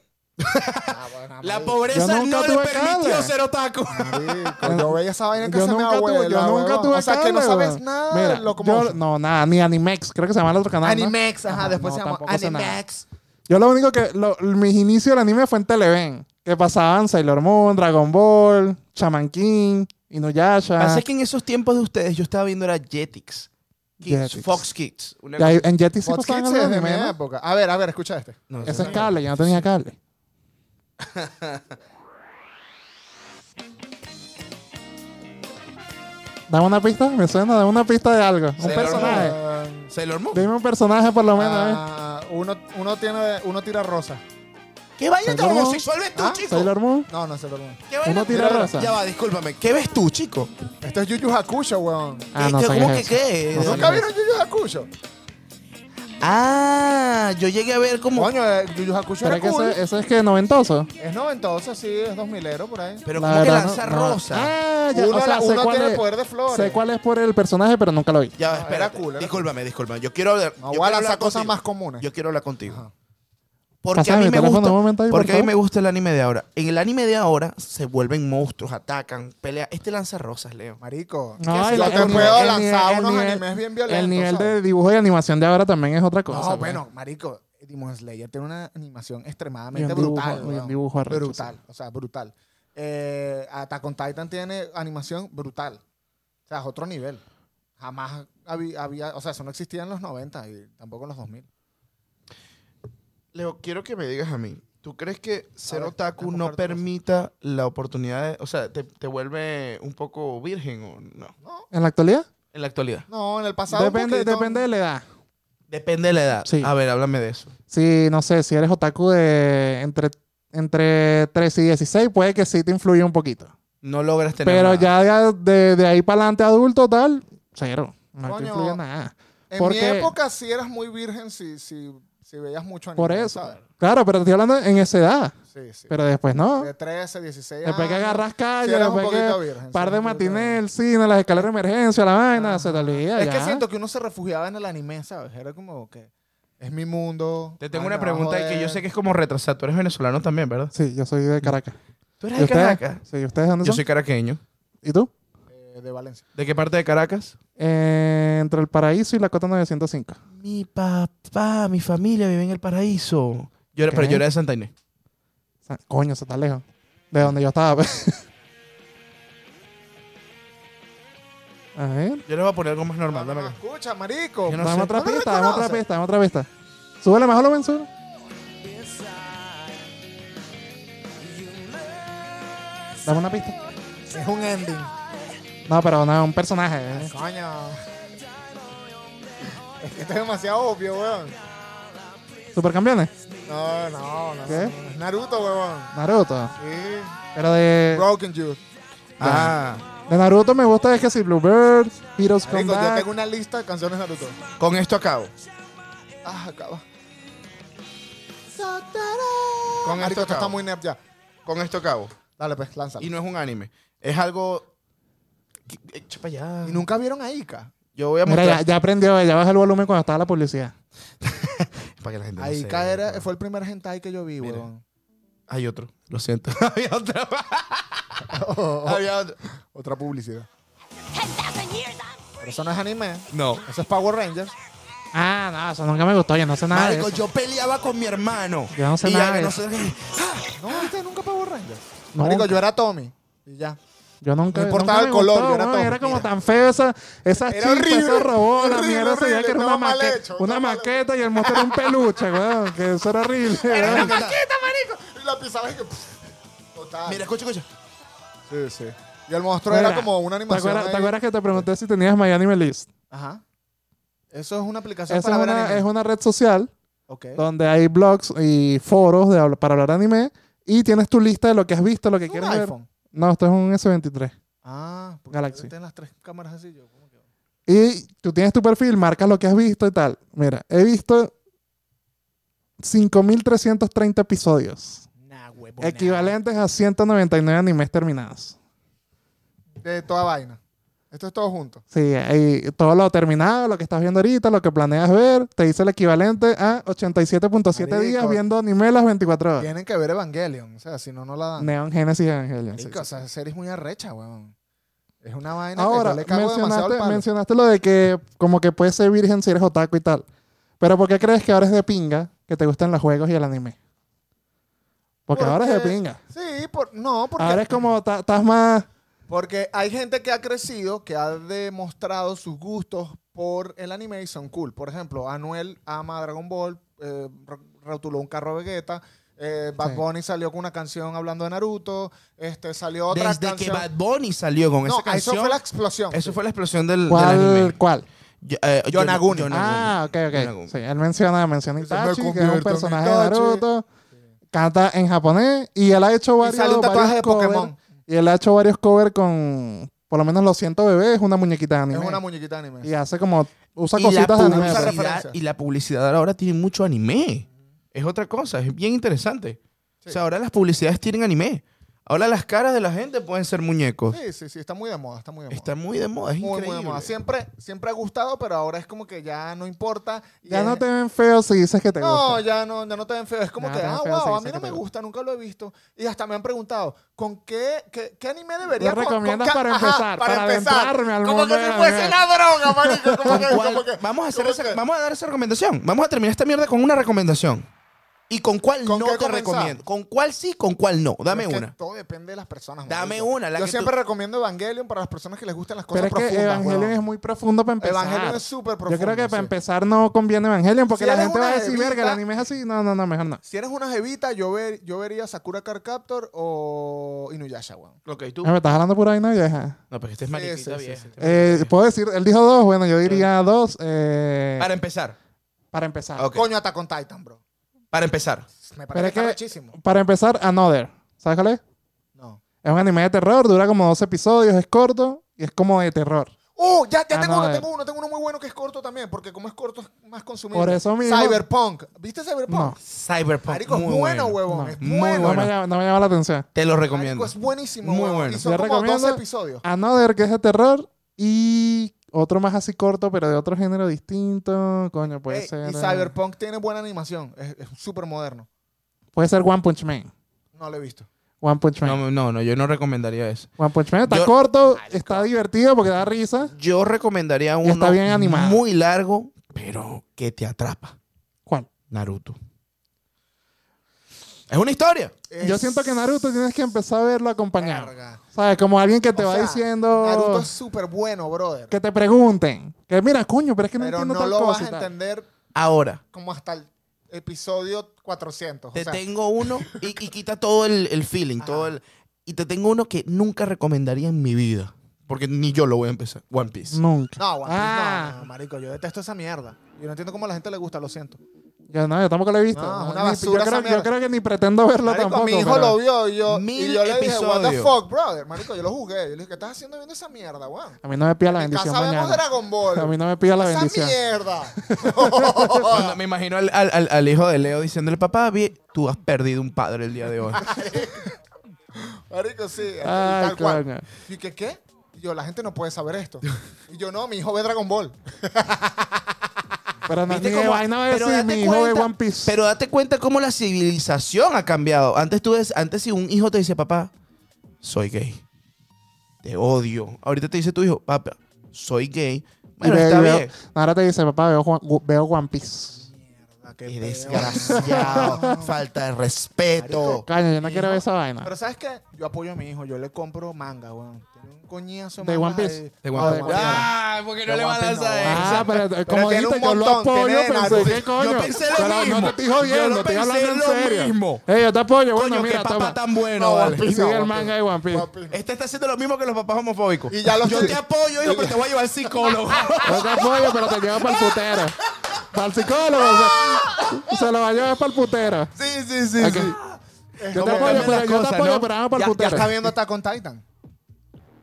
Speaker 2: La
Speaker 1: Yo
Speaker 2: pobreza
Speaker 1: nunca
Speaker 2: no le
Speaker 1: tuve
Speaker 2: permitió
Speaker 1: cable. Eh,
Speaker 2: ser otaku.
Speaker 5: Marico, yo veía esa vaina en
Speaker 1: yo
Speaker 5: casa de mi
Speaker 1: nunca
Speaker 5: abuela.
Speaker 1: tuve, yo nunca
Speaker 5: weón.
Speaker 1: tuve
Speaker 5: O sea, que no
Speaker 1: cable,
Speaker 5: sabes
Speaker 1: weón.
Speaker 5: nada
Speaker 1: Mira,
Speaker 5: de Locomotion.
Speaker 1: yo- no, nada, ni Animex. Creo que se llama el otro canal. ¿no?
Speaker 2: Animex, ajá,
Speaker 1: Ajá,
Speaker 2: después
Speaker 1: no,
Speaker 2: se llamó
Speaker 1: tampoco sé nada.
Speaker 2: Animex.
Speaker 1: Yo lo único que. lo- mis inicios del anime fue en Televen. Que pasaban Sailor Moon, Dragon Ball, Shaman King, Inuyasha.
Speaker 2: Pasa que en esos tiempos de ustedes yo estaba viendo era Jetix. Kids,
Speaker 1: Jetix.
Speaker 2: Fox Kids. una
Speaker 1: Y ahí- en Jetix sí
Speaker 5: Hot
Speaker 1: pasaban
Speaker 5: Kids
Speaker 1: algo pues, de
Speaker 5: es de mi
Speaker 1: anime, ¿no?
Speaker 5: época. A ver, a ver, escucha este.
Speaker 2: No, eso
Speaker 1: Ese es
Speaker 2: no.
Speaker 1: cable, yo no tenía cable. Dame una pista, me suena, dame una pista de algo. Un
Speaker 2: Sailor
Speaker 1: personaje.
Speaker 5: Ah,
Speaker 2: Sailor Moon.
Speaker 1: Dime un personaje por lo menos. eh.
Speaker 5: ah, uno, uno, tiene, uno tira rosa.
Speaker 2: ¿Qué vaina tan
Speaker 1: Sailor Moon.
Speaker 2: homosexual ves tú,
Speaker 5: Ah,
Speaker 2: chico?
Speaker 1: Sailor Moon.
Speaker 5: No, no sé, perdón.
Speaker 2: ¿Qué vaina?
Speaker 1: Uno tira
Speaker 2: Mira,
Speaker 1: rosa.
Speaker 2: Ya va, discúlpame. ¿Qué ves tú, chico?
Speaker 5: Esto es Yu Yu Hakusho, weón.
Speaker 1: Ah,
Speaker 2: ¿Qué-
Speaker 1: no
Speaker 2: qué-
Speaker 1: sé qué
Speaker 2: ¿Cómo
Speaker 1: es
Speaker 2: que
Speaker 1: eso.
Speaker 2: qué?
Speaker 1: No sé
Speaker 5: ¿Nunca
Speaker 1: qué es.
Speaker 5: vieron Yu Yu Hakusho?
Speaker 2: Ah, yo llegué a ver como...
Speaker 5: Coño, eh, Yu Yu Hakusho
Speaker 1: Pero
Speaker 5: era
Speaker 1: es que
Speaker 5: cool.
Speaker 1: ese, ese es que noventoso.
Speaker 5: Es noventoso, sí, es dos milero por ahí.
Speaker 2: Pero
Speaker 1: La
Speaker 2: como que
Speaker 1: verdad,
Speaker 2: lanza
Speaker 1: no- no.
Speaker 2: rosa.
Speaker 1: Ah, ya,
Speaker 5: uno
Speaker 1: o sea,
Speaker 5: la-
Speaker 1: sé
Speaker 5: uno
Speaker 1: cuál
Speaker 5: tiene
Speaker 1: es-
Speaker 5: poder de flores.
Speaker 1: Sé cuál es por el personaje, pero nunca lo vi.
Speaker 2: Ya,
Speaker 5: No, era
Speaker 2: espérate.
Speaker 5: cool, era
Speaker 2: discúlpame, discúlpame. Yo quiero hablar. yo
Speaker 5: No, voy a
Speaker 2: quiero
Speaker 5: lanzar
Speaker 2: hablar
Speaker 5: cosas
Speaker 2: contigo.
Speaker 5: más comunes.
Speaker 2: Yo quiero hablar contigo.
Speaker 5: Ajá.
Speaker 2: Porque a
Speaker 1: Pásame
Speaker 2: mí
Speaker 1: mi
Speaker 2: me
Speaker 1: teléfono
Speaker 2: gusta.
Speaker 1: un momento ahí, por
Speaker 2: porque a mí
Speaker 1: favor.
Speaker 2: me gusta el anime de ahora. En el anime de ahora se vuelven monstruos, atacan, pelean. Este lanza rosas, Leo.
Speaker 5: Marico.
Speaker 1: No,
Speaker 5: yo
Speaker 1: el-
Speaker 5: te
Speaker 1: el nivel-
Speaker 5: puedo
Speaker 1: el
Speaker 5: lanzar
Speaker 1: nivel-
Speaker 5: unos
Speaker 1: el nivel-
Speaker 5: animes bien violentos.
Speaker 1: El nivel
Speaker 5: ¿sabes?
Speaker 1: de dibujo y animación de ahora también es otra cosa.
Speaker 5: No,
Speaker 1: pues.
Speaker 5: bueno, marico, Demon Slayer tiene una animación
Speaker 1: Y
Speaker 5: extremadamente
Speaker 1: un dibujo-
Speaker 5: brutal.
Speaker 1: y un
Speaker 5: weón.
Speaker 1: dibujo arrecho,
Speaker 5: brutal, o sea, brutal. Eh, Attack on Titan tiene animación brutal. O sea, es otro nivel. Jamás habí- había, o sea, eso no existía en los 90 y tampoco en los 2000.
Speaker 2: Leo, quiero que me digas a mí. ¿Tú crees que ser
Speaker 5: ver,
Speaker 2: otaku
Speaker 5: déjame
Speaker 2: no
Speaker 5: buscarte cosas.
Speaker 2: permita la oportunidad de. O sea, te, te vuelve un poco virgen o no?
Speaker 1: ¿En la actualidad?
Speaker 2: En la actualidad.
Speaker 5: No, en el pasado. un
Speaker 1: Depende,
Speaker 5: poquito-
Speaker 1: depende de la edad.
Speaker 2: Depende de la edad.
Speaker 1: Sí.
Speaker 2: A ver, háblame de eso.
Speaker 1: Si, no sé, si eres otaku de entre, entre 3 y 16, puede que sí te influye un poquito.
Speaker 2: No logras tener.
Speaker 1: Pero
Speaker 2: nada.
Speaker 1: ya de, de- de ahí para adelante adulto, tal, cero. No te
Speaker 5: Coño.
Speaker 1: influye nada.
Speaker 5: En mi
Speaker 1: porque-
Speaker 5: época sí eras muy virgen si, si, si veías mucho anime.
Speaker 1: Por eso.
Speaker 5: ¿sabes?
Speaker 1: Claro, pero te estoy hablando en esa edad.
Speaker 5: Sí, sí.
Speaker 1: Pero después no.
Speaker 5: de 13, 16
Speaker 1: Después que
Speaker 5: años,
Speaker 1: agarras calle,
Speaker 5: sí eras un
Speaker 1: después
Speaker 5: poquito
Speaker 1: que
Speaker 5: virgen, sí
Speaker 1: par
Speaker 5: eras
Speaker 1: de
Speaker 5: un poquito
Speaker 1: matiné,
Speaker 5: virgen.
Speaker 1: el cine, las escaleras de emergencia, la vaina, se te olvida
Speaker 5: Es
Speaker 1: ya.
Speaker 5: que siento que uno se refugiaba en el anime, ¿sabes? Era como que es mi mundo.
Speaker 2: Te tengo
Speaker 5: ay,
Speaker 2: una
Speaker 5: me va a
Speaker 2: pregunta y que yo
Speaker 5: joder.
Speaker 2: sé que es como retrasado. Tú eres venezolano también, ¿verdad?
Speaker 1: Sí, yo soy de Caracas.
Speaker 2: Tú
Speaker 1: ¿Y
Speaker 2: eres de
Speaker 1: ustedes?
Speaker 2: Caracas.
Speaker 1: Sí, ¿y ¿ustedes dónde
Speaker 2: Yo
Speaker 1: son?
Speaker 2: soy caraqueño.
Speaker 1: ¿Y tú?
Speaker 5: Eh, de Valencia.
Speaker 2: ¿De qué parte de Caracas?
Speaker 1: Eh, entre el Paraíso y la Cota 905.
Speaker 2: Mi papá, mi familia vive en el paraíso. Yo era,
Speaker 1: Ok.
Speaker 2: Pero yo era de Santa Inés.
Speaker 1: O sea, coño, se está lejos. De donde yo estaba. pues. A ver.
Speaker 2: Yo les voy a poner algo más normal.
Speaker 5: No,
Speaker 2: Dame
Speaker 5: no,
Speaker 2: acá.
Speaker 5: escucha, marico.
Speaker 2: Yo no
Speaker 1: Dame
Speaker 2: sé.
Speaker 1: otra
Speaker 5: ¿No lo
Speaker 1: pista, dame otra
Speaker 5: reconoces?
Speaker 1: pista, dame otra pista. Súbele más volumen, sube. Dame una pista.
Speaker 5: Es un ending.
Speaker 1: No, pero no, un personaje. ¿eh?
Speaker 5: Coño. Es que esto es demasiado obvio, weón.
Speaker 1: Supercampeones.
Speaker 5: No, no, no.
Speaker 1: ¿Qué?
Speaker 5: no. Es Naruto, weón.
Speaker 1: Naruto.
Speaker 5: Sí.
Speaker 1: Pero de,
Speaker 5: Broken Youth.
Speaker 2: Ah,
Speaker 1: de Naruto me gusta es que si Bluebird, Heroes
Speaker 5: Marico, yo
Speaker 1: Combat.
Speaker 5: tengo una lista de canciones de Naruto.
Speaker 2: con esto acabo.
Speaker 5: Ah, acaba.
Speaker 2: Con
Speaker 5: Marico,
Speaker 2: esto
Speaker 5: esto está
Speaker 2: acabo.
Speaker 5: muy nep ya.
Speaker 2: Con esto acabo.
Speaker 5: Dale, pues, lánzala.
Speaker 2: Y
Speaker 5: ¿Y,
Speaker 2: no es un anime. Es algo. que- eh, Echa para allá.
Speaker 5: nunca vieron a Ika?
Speaker 2: Yo voy a
Speaker 1: Mira,
Speaker 2: mostrar.
Speaker 1: ya, ya aprendió, ya baja el volumen cuando estaba la publicidad.
Speaker 2: Para que la gente no
Speaker 5: A
Speaker 2: se-
Speaker 5: Ika era, fue el primer hentai que yo vi,
Speaker 2: Mira.
Speaker 5: weón.
Speaker 2: Hay otro. Lo siento. Había otro. Había otro.
Speaker 5: Otra publicidad.
Speaker 6: 10,000 years I'm
Speaker 5: Pero eso no es anime.
Speaker 2: No.
Speaker 5: Eso es Power Rangers.
Speaker 1: Ah, no, eso nunca me gustó, yo no sé nada. de
Speaker 2: Marico,
Speaker 1: eso.
Speaker 2: yo peleaba con mi hermano.
Speaker 1: Yo no sé
Speaker 2: Y ya
Speaker 1: nada
Speaker 2: que
Speaker 1: de
Speaker 2: no
Speaker 1: eso.
Speaker 2: sé-
Speaker 5: No, viste nunca Power Rangers.
Speaker 1: No.
Speaker 5: Marico, yo era Tommy. Y ya.
Speaker 1: Yo nunca.
Speaker 5: No
Speaker 1: nunca
Speaker 5: importaba el
Speaker 1: me
Speaker 5: color,
Speaker 1: gustó,
Speaker 5: yo era
Speaker 1: weón,
Speaker 5: todo.
Speaker 1: era como
Speaker 5: Mira.
Speaker 1: tan feo esa, esas
Speaker 5: Era
Speaker 1: chispas,
Speaker 5: horrible,
Speaker 1: esos robots, la
Speaker 5: horrible,
Speaker 1: mierda se veía
Speaker 5: horrible,
Speaker 1: que era una,
Speaker 5: estaba mal
Speaker 1: maqueta,
Speaker 5: hecho,
Speaker 1: una
Speaker 5: estaba mal
Speaker 1: maqueta y el monstruo era un peluche, weón, que eso era horrible. weón.
Speaker 5: Y la pisaba y que. pff, Total.
Speaker 2: Mira, escucha, escucha.
Speaker 5: Sí, sí. Y el monstruo
Speaker 1: Mira,
Speaker 5: era como una
Speaker 1: ¿Te
Speaker 5: animación.
Speaker 1: acuerdas,
Speaker 5: ahí.
Speaker 1: te acuerdas que te pregunté si tenías My Anime List?
Speaker 5: Ajá. Eso es una aplicación
Speaker 1: Esa es
Speaker 5: para ver
Speaker 1: una,
Speaker 5: anime.
Speaker 1: es una red social
Speaker 5: Ok.
Speaker 1: donde hay blogs y foros de habl- para hablar de anime y tienes tu lista de lo que has visto, lo que
Speaker 5: ¿Es un
Speaker 1: quieres ver.
Speaker 5: iPhone?
Speaker 1: No, esto es un S23.
Speaker 5: Ah, porque
Speaker 1: Galaxy.
Speaker 5: tienen las tres cámaras así. Yo, ¿cómo que?
Speaker 1: Y tú tienes tu perfil, marcas lo que has visto y tal. Mira, he visto 5.330 episodios,
Speaker 5: Nah, huevo. nah.
Speaker 1: equivalentes a 199 animes terminados.
Speaker 5: De toda vaina. Esto es todo junto.
Speaker 1: Sí, ahí todo lo terminado, lo que estás viendo ahorita, lo que planeas ver, te dice el equivalente a 87.7 días
Speaker 5: Marico.
Speaker 1: viendo anime las 24 horas.
Speaker 5: Tienen que ver Evangelion. O sea, si no, no la dan.
Speaker 1: Neon Genesis Evangelion. sí,
Speaker 5: Marico, o
Speaker 1: sí.
Speaker 5: sea, esa serie es muy arrecha, weón. Es una vaina
Speaker 1: Ahora,
Speaker 5: que yo le cago demasiado al
Speaker 1: mencionaste,
Speaker 5: palo.
Speaker 1: mencionaste lo de que como que puedes ser virgen si eres otaku y tal. Pero ¿por qué crees que ahora es de pinga que te gustan los juegos y el anime? Porque, ahora es de
Speaker 5: Porque-
Speaker 1: pinga.
Speaker 5: Sí, por, no, porque...
Speaker 1: Ahora es como ta- estás más...
Speaker 5: Porque hay gente que ha crecido, que ha demostrado sus gustos por el anime y son cool. Por ejemplo, Anuel ama Dragon Ball, eh, re- rotuló un carro Vegeta, eh, Bad
Speaker 1: Sí.
Speaker 5: Bunny salió con una canción hablando de Naruto, este salió otra
Speaker 2: Desde que
Speaker 5: canción.
Speaker 2: Bad Bunny salió con
Speaker 5: no,
Speaker 2: esa canción.
Speaker 5: Ah, eso fue la explosión.
Speaker 2: eso
Speaker 5: sí.
Speaker 2: fue la explosión del, del
Speaker 1: ¿Cuál?
Speaker 2: anime.
Speaker 1: ¿Cuál?
Speaker 2: Yo- eh,
Speaker 5: Yonaguni.
Speaker 2: Yonaguni.
Speaker 1: Ah, ok, ok.
Speaker 2: Yonaguni.
Speaker 1: Sí, él menciona, menciona
Speaker 5: Dice, "Me
Speaker 1: Itachi, que es un
Speaker 5: convierto en
Speaker 1: personaje de
Speaker 5: Itachi".
Speaker 1: Naruto. Canta en japonés y él ha hecho varios,
Speaker 5: sale un tatuaje
Speaker 1: varios
Speaker 5: de
Speaker 1: covers.
Speaker 5: Pokémon.
Speaker 1: Y él ha hecho varios covers con, por lo menos, Lo siento bebé, es una muñequita de anime.
Speaker 5: Es una muñequita de anime.
Speaker 1: y hace como, usa
Speaker 2: y la
Speaker 1: cositas de anime. pues.
Speaker 5: usa
Speaker 1: pero-
Speaker 5: refer-
Speaker 2: publicidad,
Speaker 5: referencia.
Speaker 2: y la publicidad ahora tiene mucho anime. Es otra cosa, es bien interesante. O sea, ahora las publicidades tienen anime. Ahora las caras de la gente pueden ser muñecos.
Speaker 5: Sí, sí, sí, está muy de moda, está muy de moda.
Speaker 2: Está muy de moda, es
Speaker 5: muy,
Speaker 2: increíble.
Speaker 5: muy de moda. Siempre, siempre ha gustado, pero ahora es como que ya no importa. y
Speaker 1: Ya
Speaker 5: es-
Speaker 1: no te ven feo si dices que te
Speaker 5: No,
Speaker 1: gusta.
Speaker 5: ya no, ya no te ven feo. Es como
Speaker 1: Ya no
Speaker 5: que,
Speaker 1: te ven
Speaker 5: ah,
Speaker 1: feo, sí,
Speaker 5: wow, a
Speaker 1: sé
Speaker 5: mí
Speaker 1: que
Speaker 5: no
Speaker 1: te
Speaker 5: me
Speaker 1: gusta.
Speaker 5: gusta, nunca lo he visto. Y hasta me han preguntado, ¿con qué, qué, qué anime debería
Speaker 1: ¿Qué
Speaker 5: con- con
Speaker 1: recomiendas
Speaker 5: qué-
Speaker 1: para
Speaker 5: ajá,
Speaker 1: empezar, para adentrarme al
Speaker 5: como
Speaker 1: mundo
Speaker 5: que
Speaker 1: de
Speaker 5: si
Speaker 1: la
Speaker 5: fuese
Speaker 1: mierda?
Speaker 5: la droga, marico. Como que,
Speaker 2: ¿Cuál-
Speaker 5: como que-
Speaker 2: vamos, a hacer
Speaker 5: como
Speaker 2: esa-
Speaker 5: que-
Speaker 2: vamos a dar esa recomendación. Vamos a terminar esta mierda con una recomendación. ¿Y con cuál
Speaker 5: ¿Con
Speaker 2: no
Speaker 5: qué
Speaker 2: te
Speaker 5: comenzar?
Speaker 2: recomiendo? ¿Con cuál sí, con cuál no? Dame
Speaker 5: Es que
Speaker 2: una.
Speaker 5: Todo depende de las personas.
Speaker 2: Dame
Speaker 5: marico.
Speaker 2: una, la
Speaker 5: Yo
Speaker 2: que
Speaker 5: siempre
Speaker 2: tú-
Speaker 5: recomiendo Evangelion para las personas que les gustan las
Speaker 1: Pero
Speaker 5: cosas
Speaker 1: es que
Speaker 5: profundas.
Speaker 1: Evangelion
Speaker 5: weón.
Speaker 1: es muy profundo para empezar.
Speaker 5: Evangelion es súper
Speaker 1: Yo creo
Speaker 5: profundo,
Speaker 1: que para
Speaker 5: sí.
Speaker 1: empezar no conviene Evangelion porque
Speaker 5: Si
Speaker 1: la
Speaker 5: eres
Speaker 1: gente va
Speaker 5: una
Speaker 1: a decir,
Speaker 5: jevita-
Speaker 1: verga, el anime es así. No, no, no, mejor no.
Speaker 5: Si eres una jevita, yo, ver- yo vería Sakura Card Captor o Inuyasha, weón.
Speaker 2: Ok, tú.
Speaker 1: Ah, me estás hablando pura vaina vieja.
Speaker 2: No, porque este es mariquita
Speaker 5: sí, sí,
Speaker 2: vieja, este
Speaker 5: sí.
Speaker 2: es mariquita
Speaker 1: Eh,
Speaker 2: vieja.
Speaker 1: Puedo decir, él dijo dos, bueno, yo diría dos eh,
Speaker 2: Para
Speaker 1: para,
Speaker 2: empezar.
Speaker 1: empezar.
Speaker 2: Ok,
Speaker 5: Coño, Attack on Titan, bro.
Speaker 2: Para empezar.
Speaker 1: Pero
Speaker 5: Me parece
Speaker 1: es
Speaker 5: que está
Speaker 1: que,
Speaker 5: rechísimo.
Speaker 1: para empezar, Another. ¿Sabes cuál es?
Speaker 5: No.
Speaker 1: Es un anime de terror, dura como dos episodios, es corto y es como de terror.
Speaker 5: ¡Oh! Ya, ya
Speaker 1: Ah, no,
Speaker 5: tengo uno,
Speaker 1: a ver.
Speaker 5: tengo uno, tengo uno muy bueno que es corto también, porque como es corto es más consumible.
Speaker 1: Por eso mismo-
Speaker 5: Cyberpunk. ¿Viste Cyberpunk?
Speaker 1: No.
Speaker 2: Cyberpunk.
Speaker 5: Marico, es
Speaker 2: muy
Speaker 5: bueno, huevón.
Speaker 1: No.
Speaker 5: Es
Speaker 2: Muy
Speaker 5: bueno.
Speaker 1: No,
Speaker 2: bueno.
Speaker 1: me llama, no me llama la atención.
Speaker 2: Te lo
Speaker 5: Marico,
Speaker 2: recomiendo.
Speaker 5: es buenísimo.
Speaker 2: Muy
Speaker 5: huevón.
Speaker 2: bueno.
Speaker 5: Y son
Speaker 1: Yo
Speaker 5: como
Speaker 1: recomiendo-
Speaker 5: 12 episodios.
Speaker 1: Another, que es de terror, y otro más así corto, pero de otro género distinto. Coño, puede
Speaker 5: Ey,
Speaker 1: ser.
Speaker 5: y
Speaker 1: eh,
Speaker 5: Cyberpunk tiene buena animación. Es es súper moderno.
Speaker 1: Puede ser One Punch Man.
Speaker 5: No lo he visto.
Speaker 1: One Punch Man.
Speaker 2: No, no, no, yo no recomendaría eso.
Speaker 1: One Punch Man está
Speaker 2: Yo-
Speaker 1: corto, está divertido porque da risa.
Speaker 2: Yo recomendaría uno
Speaker 1: está bien animado.
Speaker 2: muy largo, pero que te atrapa.
Speaker 1: ¿Cuál?
Speaker 2: Naruto. Es una historia.
Speaker 1: Yo
Speaker 5: Es-
Speaker 1: siento que Naruto tienes que empezar a verlo acompañado.
Speaker 5: Verga.
Speaker 1: ¿Sabes? Como alguien que te
Speaker 5: O
Speaker 1: va
Speaker 5: sea,
Speaker 1: diciendo.
Speaker 5: Naruto es súper bueno, brother.
Speaker 1: Que te pregunten. Que mira, coño, pero es que no
Speaker 5: pero
Speaker 1: entiendo
Speaker 5: no
Speaker 1: tal
Speaker 5: lo vas
Speaker 1: cosa.
Speaker 5: a
Speaker 1: y tal.
Speaker 5: entender
Speaker 2: Ahora,
Speaker 5: como hasta el episodio 400. O
Speaker 2: te
Speaker 5: sea,
Speaker 2: tengo uno y, y quita todo el, el feeling, todo el... Y te tengo uno que nunca recomendaría en mi vida. Porque ni yo lo voy a empezar. One Piece.
Speaker 1: Nunca.
Speaker 5: No, One Piece,
Speaker 1: Ah.
Speaker 5: no, no, marico, yo detesto esa mierda. Yo no entiendo cómo a la gente le gusta, lo siento.
Speaker 1: Yo no, yo tampoco lo he visto.
Speaker 5: No, es una
Speaker 1: Ni-
Speaker 5: basura
Speaker 1: yo, creo,
Speaker 5: esa
Speaker 1: yo
Speaker 5: mierda.
Speaker 1: creo que ni pretendo verlo
Speaker 5: Marico,
Speaker 1: tampoco.
Speaker 5: mi hijo
Speaker 1: pero-
Speaker 5: lo vio y yo,
Speaker 2: Mil
Speaker 5: y yo le dije, what the
Speaker 2: episodios.
Speaker 5: fuck, brother. Marico, yo lo jugué. Yo le dije, ¿qué estás haciendo viendo esa mierda, weón?
Speaker 1: A mí no me pilla la
Speaker 5: En casa
Speaker 1: bendición
Speaker 5: vemos
Speaker 1: mañana.
Speaker 5: Dragon Ball.
Speaker 1: A mí no me pilla la
Speaker 5: ¡Esa
Speaker 1: bendición.
Speaker 5: mierda!
Speaker 2: Cuando me imagino al, al- al- al hijo de Leo diciéndole, papá, vi- tú has perdido un padre el día de hoy.
Speaker 5: Marico, sí,
Speaker 1: Ay,
Speaker 5: tal cual.
Speaker 1: coño.
Speaker 5: Y que, ¿qué? Y yo, la gente no puede saber esto. Y yo, no, mi hijo ve Dragon Ball.
Speaker 1: Pero no es
Speaker 2: ¿Viste
Speaker 1: ni de
Speaker 2: cómo-
Speaker 1: vaina de
Speaker 2: pero
Speaker 1: decir,
Speaker 2: date
Speaker 1: mi hijo de
Speaker 2: cuenta-
Speaker 1: One Piece.
Speaker 2: Pero date cuenta cómo la civilización ha cambiado. Antes tú ves- antes si un hijo te dice, papá, soy gay. Te odio. Ahorita te dice tu hijo, papá, soy gay.
Speaker 1: Y
Speaker 2: Bueno,
Speaker 1: ve-
Speaker 2: está
Speaker 1: y veo-
Speaker 2: bien.
Speaker 1: Ahora te dice, papá, veo, Juan- gu- veo One Piece.
Speaker 5: Ah,
Speaker 2: Qué desgraciado. falta de respeto.
Speaker 1: Caño, yo no quiero ver esa vaina.
Speaker 5: Pero ¿sabes qué? Yo apoyo a mi hijo, yo le compro manga, weón. Tiene un coñazo
Speaker 1: ¿De
Speaker 5: mangas
Speaker 1: One Piece?
Speaker 5: ahí.
Speaker 1: De
Speaker 5: No,
Speaker 1: One
Speaker 5: de
Speaker 1: Piece.
Speaker 2: Ah, porque no
Speaker 5: De
Speaker 2: le va a
Speaker 5: One Piece
Speaker 2: lanzar
Speaker 5: no,
Speaker 2: esa.
Speaker 1: Ah, pero, eh, como
Speaker 5: tiene
Speaker 1: dijiste,
Speaker 5: un
Speaker 1: yo lo
Speaker 5: montón,
Speaker 1: apoyo,
Speaker 5: tiene de
Speaker 1: pensé
Speaker 5: Naruto.
Speaker 1: que coño.
Speaker 2: Yo pensé lo
Speaker 1: Pero No
Speaker 2: mismo.
Speaker 1: te estoy jodiendo,
Speaker 2: Yo lo
Speaker 1: estoy hablando
Speaker 2: pensé
Speaker 1: en
Speaker 2: lo
Speaker 1: serio.
Speaker 2: mismo.
Speaker 1: Ey, yo te apoyo, bueno,
Speaker 2: Coño, qué
Speaker 1: mira,
Speaker 2: papá
Speaker 1: toma.
Speaker 2: tan bueno,
Speaker 5: No,
Speaker 2: vale.
Speaker 5: One
Speaker 1: Y
Speaker 5: Piece no,
Speaker 1: sigue el
Speaker 5: One
Speaker 1: manga
Speaker 5: Piece.
Speaker 1: de One Piece.
Speaker 5: One Piece.
Speaker 2: Este está haciendo lo mismo que los papás homofóbicos.
Speaker 5: Y ya lo
Speaker 2: Yo
Speaker 5: estoy-
Speaker 2: te apoyo, hijo, pero te voy a llevar al psicólogo.
Speaker 1: Yo te apoyo, pero te llevo para el putero. Para el psicólogo. se- Se lo va a llevar para el putero.
Speaker 2: sí, sí, sí.
Speaker 1: Ok.
Speaker 2: sí.
Speaker 1: Yo te
Speaker 2: como
Speaker 1: apoyo,
Speaker 2: cambian
Speaker 1: pero
Speaker 2: las
Speaker 1: yo te
Speaker 2: cosas,
Speaker 1: apoyo,
Speaker 2: ¿no?
Speaker 1: pero vamos para
Speaker 5: Ya,
Speaker 1: el
Speaker 5: ya está
Speaker 1: putero.
Speaker 5: viendo Attack on Titan.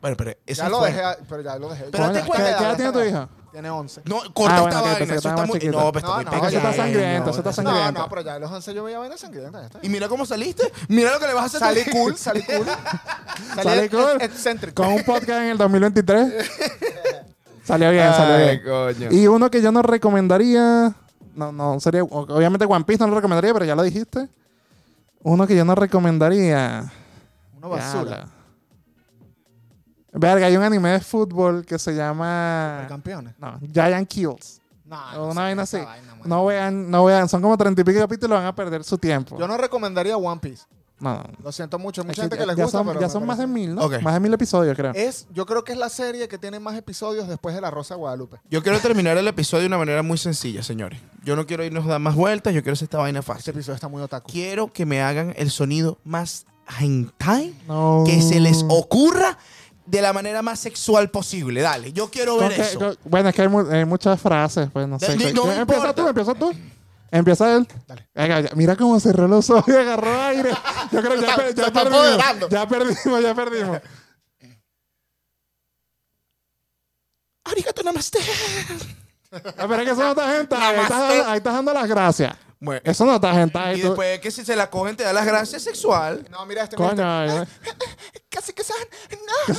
Speaker 2: Bueno, pero esa
Speaker 5: Ya lo
Speaker 2: fue-
Speaker 5: dejé, a- pero ya lo dejé.
Speaker 2: Pero
Speaker 5: Ya
Speaker 2: date
Speaker 5: está
Speaker 2: cuenta,
Speaker 5: edad,
Speaker 1: ¿qué edad
Speaker 5: ya
Speaker 1: tiene
Speaker 5: está
Speaker 1: tu
Speaker 5: edad. Tiene 11.
Speaker 2: No, corta
Speaker 1: Ah, bueno,
Speaker 2: esta
Speaker 1: ok,
Speaker 2: vaina.
Speaker 1: pensé que
Speaker 2: Eso
Speaker 1: estaba
Speaker 2: está
Speaker 1: más
Speaker 2: muy.
Speaker 1: chiquito.
Speaker 2: No, pero
Speaker 5: No,
Speaker 2: está
Speaker 5: no,
Speaker 2: muy
Speaker 1: Eso está
Speaker 2: pequeño.
Speaker 1: sangriento, eso está
Speaker 5: No,
Speaker 1: sangriento.
Speaker 5: no, pero ya a los 11 yo veía vaina sangrienta. Ya está
Speaker 2: Y
Speaker 5: bien.
Speaker 2: mira cómo saliste. Mira lo que le vas a hacer.
Speaker 5: Salí cool, salí cool.
Speaker 1: Sale
Speaker 5: ex-
Speaker 1: con,
Speaker 5: excéntrico.
Speaker 1: con un podcast en el 2023. Salió bien, salió
Speaker 2: Ay,
Speaker 1: bien.
Speaker 2: coño.
Speaker 1: Y uno que yo no recomendaría. No, no, sería. o- Obviamente One Piece no lo recomendaría, pero ya lo dijiste. Uno que yo no recomendaría.
Speaker 5: Una basura.
Speaker 1: Diablo. Verga, hay un anime de fútbol que se llama.
Speaker 5: Campeones.
Speaker 1: No, Giant Kills.
Speaker 2: Ah,
Speaker 5: No, no sé
Speaker 1: Una vaina
Speaker 5: esa
Speaker 1: así.
Speaker 5: vaina, man.
Speaker 1: No vean, no vean. Son como treinta y pico capítulos, van a perder su tiempo.
Speaker 5: Yo no recomendaría One Piece.
Speaker 1: No, no.
Speaker 5: Lo siento mucho.
Speaker 1: Es
Speaker 5: Hay mucha
Speaker 1: que
Speaker 5: gente
Speaker 1: ya-
Speaker 5: que les
Speaker 1: ya
Speaker 5: gusta,
Speaker 1: son,
Speaker 5: pero
Speaker 1: ya
Speaker 5: me
Speaker 1: son más de
Speaker 5: parece-
Speaker 1: mil, ¿no?
Speaker 2: Ok. Eh,
Speaker 1: Más de mil episodios, creo.
Speaker 5: Es, yo creo que es la serie que tiene más episodios después de La Rosa de Guadalupe. Este
Speaker 2: Yo quiero terminar el episodio de una manera muy sencilla, señores. Yo no quiero irnos a dar más vueltas, yo quiero hacer esta vaina
Speaker 5: Este
Speaker 2: fácil.
Speaker 5: episodio está muy otaku.
Speaker 2: Quiero que me hagan el sonido más hentai
Speaker 1: No.
Speaker 2: que se les ocurra de la manera más sexual posible. Dale, yo quiero
Speaker 1: Con
Speaker 2: ver
Speaker 1: que-
Speaker 2: eso.
Speaker 1: con- bueno, es que hay, mu- hay muchas frases, pues no
Speaker 2: De-
Speaker 1: sé.
Speaker 2: de-
Speaker 1: Que-
Speaker 2: no
Speaker 1: que-
Speaker 2: me
Speaker 1: empieza
Speaker 2: importa.
Speaker 1: tú, empieza tú. Empieza él.
Speaker 5: Dale.
Speaker 1: Venga, ya- mira cómo cerró los ojos y agarró aire. Yo creo que ya, per-
Speaker 2: Se
Speaker 1: ya
Speaker 2: está apoderando.
Speaker 1: perdimos. Ya perdimos, ya perdimos.
Speaker 2: Arigato namaste.
Speaker 1: Ah, Pero es que eso no está gente. Ahí
Speaker 2: Namaste.
Speaker 1: estás, dando- ahí estás dando las gracias.
Speaker 2: Bueno,
Speaker 1: Eso no está gente. ahí
Speaker 2: y
Speaker 1: tú-
Speaker 2: después que si se la cogen te da las gracias sexual.
Speaker 5: No, mira este. mira
Speaker 1: Coño,
Speaker 5: este.
Speaker 1: ay, ay.
Speaker 5: Casi que sean. No.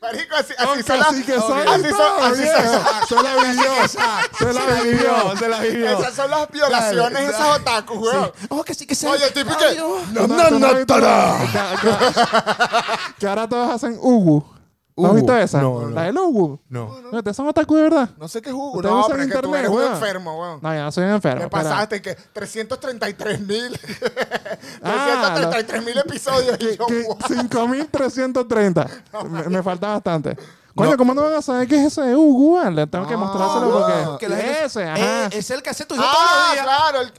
Speaker 5: Marico, así, así
Speaker 1: Con
Speaker 5: se la.
Speaker 1: Cacique San y
Speaker 5: Así
Speaker 1: todo,
Speaker 5: son, así
Speaker 1: viejo.
Speaker 5: son-
Speaker 1: Se la vivió. Se la vivió. Se la vivió.
Speaker 5: Esas son las violaciones,
Speaker 1: Dale.
Speaker 5: esas otaku, weón.
Speaker 2: Oh, que sí que sea.
Speaker 5: Oye, típico.
Speaker 2: Ay, oh. no.
Speaker 1: No, no, no, no, no. Que ahora todos hacen Ugu. ¿No has
Speaker 2: Ugu.
Speaker 1: visto esa?
Speaker 2: No, no.
Speaker 1: La del Ugu.
Speaker 2: No.
Speaker 1: No, ustedes son otaku de verdad.
Speaker 5: No sé qué jugo.
Speaker 1: Ustedes
Speaker 5: No,
Speaker 1: usan
Speaker 5: pero es que tú
Speaker 1: internet,
Speaker 5: eres un
Speaker 1: weón.
Speaker 5: enfermo, weón.
Speaker 1: No, yo no soy un enfermo.
Speaker 5: ¿Qué
Speaker 1: pero-
Speaker 5: pasaste? Que 333 mil. 333
Speaker 1: Ah,
Speaker 5: mil episodios. Y yo,
Speaker 1: que
Speaker 5: wow.
Speaker 1: 5330. me, me falta bastante. Coño, ¿cómo no van a saber qué es eso de Ugu? vale? tengo que mostrárselo porque.
Speaker 2: Que la gente-
Speaker 1: Ese, ajá.
Speaker 2: Eh, es el que hace tu hijo todos
Speaker 5: Ah,
Speaker 2: los días.
Speaker 5: claro. el-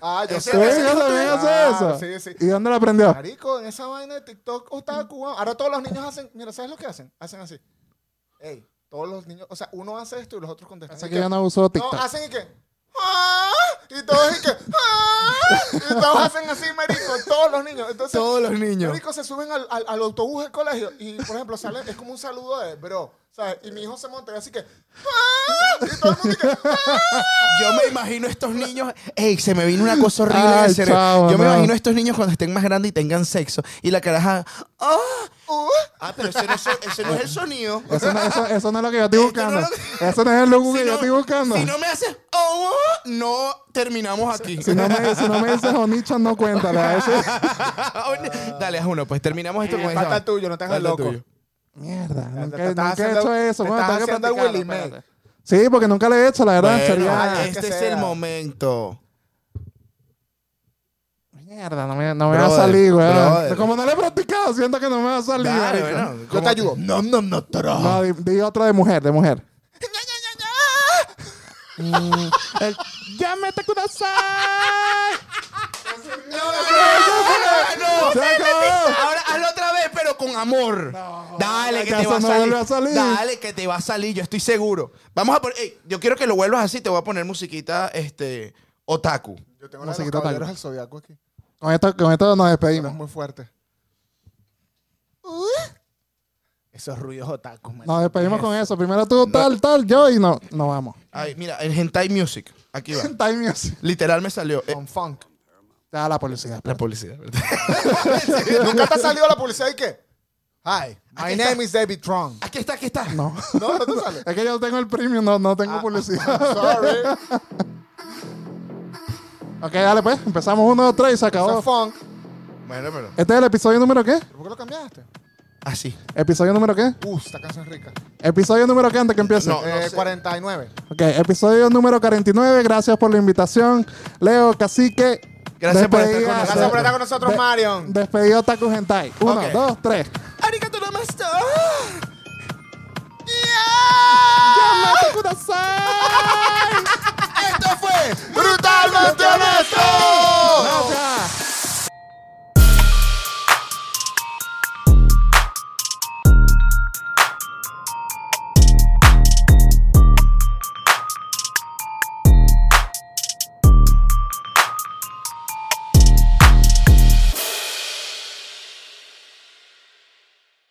Speaker 5: Ah, yo
Speaker 2: Ese
Speaker 5: sé.
Speaker 1: Sí,
Speaker 2: ese
Speaker 1: yo también
Speaker 2: Ah,
Speaker 1: hace eso.
Speaker 5: sí, sí.
Speaker 1: ¿Y dónde lo aprendió?
Speaker 5: Marico, en esa vaina de TikTok otaku, weón. Ahora todos los niños hacen. Mira, ¿sabes lo que hacen? Hacen así. Ey, todos los niños. O sea, uno hace esto y los otros contestan.
Speaker 1: Así
Speaker 5: Y
Speaker 1: que
Speaker 5: que-
Speaker 1: yo no uso
Speaker 5: No,
Speaker 1: TikTok.
Speaker 5: hacen y que. "Ah", Y todos y que. "Ah", Y todos hacen así, marico. Todos los niños. Entonces,
Speaker 2: Todos los niños.
Speaker 5: marico, se suben al, al- al autobús del colegio y, por ejemplo, sale, es como un saludo de bro. ¿sabes? Y mi hijo se monta y así que. "Ah", Y todo el mundo y que. "Ah".
Speaker 2: Yo me imagino estos niños. Ey, se me vino una cosa horrible en
Speaker 1: Ay,
Speaker 2: el cerebro.
Speaker 1: chavo,
Speaker 2: Yo me
Speaker 1: no.
Speaker 2: imagino estos niños cuando estén más grandes y tengan sexo. Y la caraja. ¡Ah! Ah, pero ese no, es so- ese no es el sonido.
Speaker 1: Eso no, eso, eso no es lo que yo estoy
Speaker 2: Es que
Speaker 1: buscando.
Speaker 2: no es lo
Speaker 1: Eso no es el logo
Speaker 2: Si
Speaker 1: que yo
Speaker 2: no-
Speaker 1: estoy buscando.
Speaker 2: Si no me haces. ¡Oh! No terminamos aquí.
Speaker 1: Si no me, si no me dices Onichan, no cuéntale. A ese-
Speaker 2: Dale, haz uno, pues terminamos esto con esa
Speaker 5: falta
Speaker 2: vaina.
Speaker 5: tuyo, no te hagas
Speaker 2: Falta
Speaker 5: loco.
Speaker 2: tuyo.
Speaker 1: Mierda,
Speaker 5: te
Speaker 1: nunca,
Speaker 5: estás
Speaker 1: nunca he
Speaker 5: haciendo-
Speaker 1: hecho eso.
Speaker 5: te
Speaker 1: Bueno,
Speaker 5: estás
Speaker 1: tengo que
Speaker 5: haciendo el
Speaker 1: practicarlo,
Speaker 5: Willy
Speaker 1: espérate. Sí, porque nunca lo he hecho, la verdad.
Speaker 2: Bueno,
Speaker 1: sería...
Speaker 5: vale.
Speaker 2: este
Speaker 5: que
Speaker 2: es
Speaker 5: sea.
Speaker 2: el momento.
Speaker 1: Ah, Mierda, no me, no me va a
Speaker 2: Brother,
Speaker 1: salir,
Speaker 2: brother.
Speaker 1: weón. Como no lo he practicado, siento que no me va a salir.
Speaker 2: Dale,
Speaker 1: marico.
Speaker 2: bueno,
Speaker 5: Yo te ayudo.
Speaker 2: No, no, no, toro.
Speaker 1: No, di, di otra de mujer, de mujer. El- ¡Llámate Kudasai!
Speaker 2: ¡Ah, no,
Speaker 1: ¡Se acabó!
Speaker 2: Ahora hazlo otra vez, pero con amor. Dale, que
Speaker 1: Ya
Speaker 2: te
Speaker 1: eso
Speaker 2: va a
Speaker 1: no
Speaker 2: salir.
Speaker 1: vuelve a salir.
Speaker 2: Dale, que te va a salir, yo estoy seguro. Vamos a poner. ey, yo quiero que lo vuelvas así, te voy a poner musiquita, este. Otaku.
Speaker 5: Yo tengo la de los
Speaker 1: Musiquita
Speaker 5: caballeros
Speaker 1: tal.
Speaker 5: del zodiaco aquí.
Speaker 1: Con esto, con esto nos despedimos.
Speaker 5: Es muy fuerte. Esos ruidos otakus, man.
Speaker 1: Nos despedimos con eso. Primero tú, tal, tal, yo y no, no vamos.
Speaker 2: Ay, mira, en Hentai Music. Aquí va.
Speaker 1: Time music.
Speaker 2: Literal me salió. eh,
Speaker 5: Con funk.
Speaker 1: Ya la policía.
Speaker 2: la publicidad, ¿verdad?
Speaker 5: Nunca te ha salido la publicidad y qué. Hi, my
Speaker 2: está.
Speaker 5: name is David Tron.
Speaker 2: Aquí está, aquí está.
Speaker 1: No.
Speaker 5: No, no te sale.
Speaker 1: Es que yo tengo el premium, no, no tengo publicidad.
Speaker 5: Ah, Sorry.
Speaker 1: ok, dale pues. Empezamos uno, dos, tres y se
Speaker 5: Eso
Speaker 1: acabó.
Speaker 5: es funk.
Speaker 2: Bueno, pero.
Speaker 1: Este es el episodio número qué?
Speaker 5: ¿Por qué lo cambiaste?
Speaker 2: Así.
Speaker 1: Episodio número qué?
Speaker 5: Uh, esta canción es rica.
Speaker 1: Episodio número qué antes que empiece.
Speaker 2: No,
Speaker 5: Eh,
Speaker 2: sé.
Speaker 5: 49.
Speaker 1: Ok, episodio número 49. Gracias por la invitación. Leo, cacique.
Speaker 2: Gracias por estar con nosotros.
Speaker 5: Gracias por estar con nosotros,
Speaker 1: de-
Speaker 5: Marion.
Speaker 1: Despedido Taku Hentai. Uno,
Speaker 2: Ok.
Speaker 1: dos, tres.
Speaker 2: Arigato namaste.
Speaker 1: ¡Llámate, Kudasai!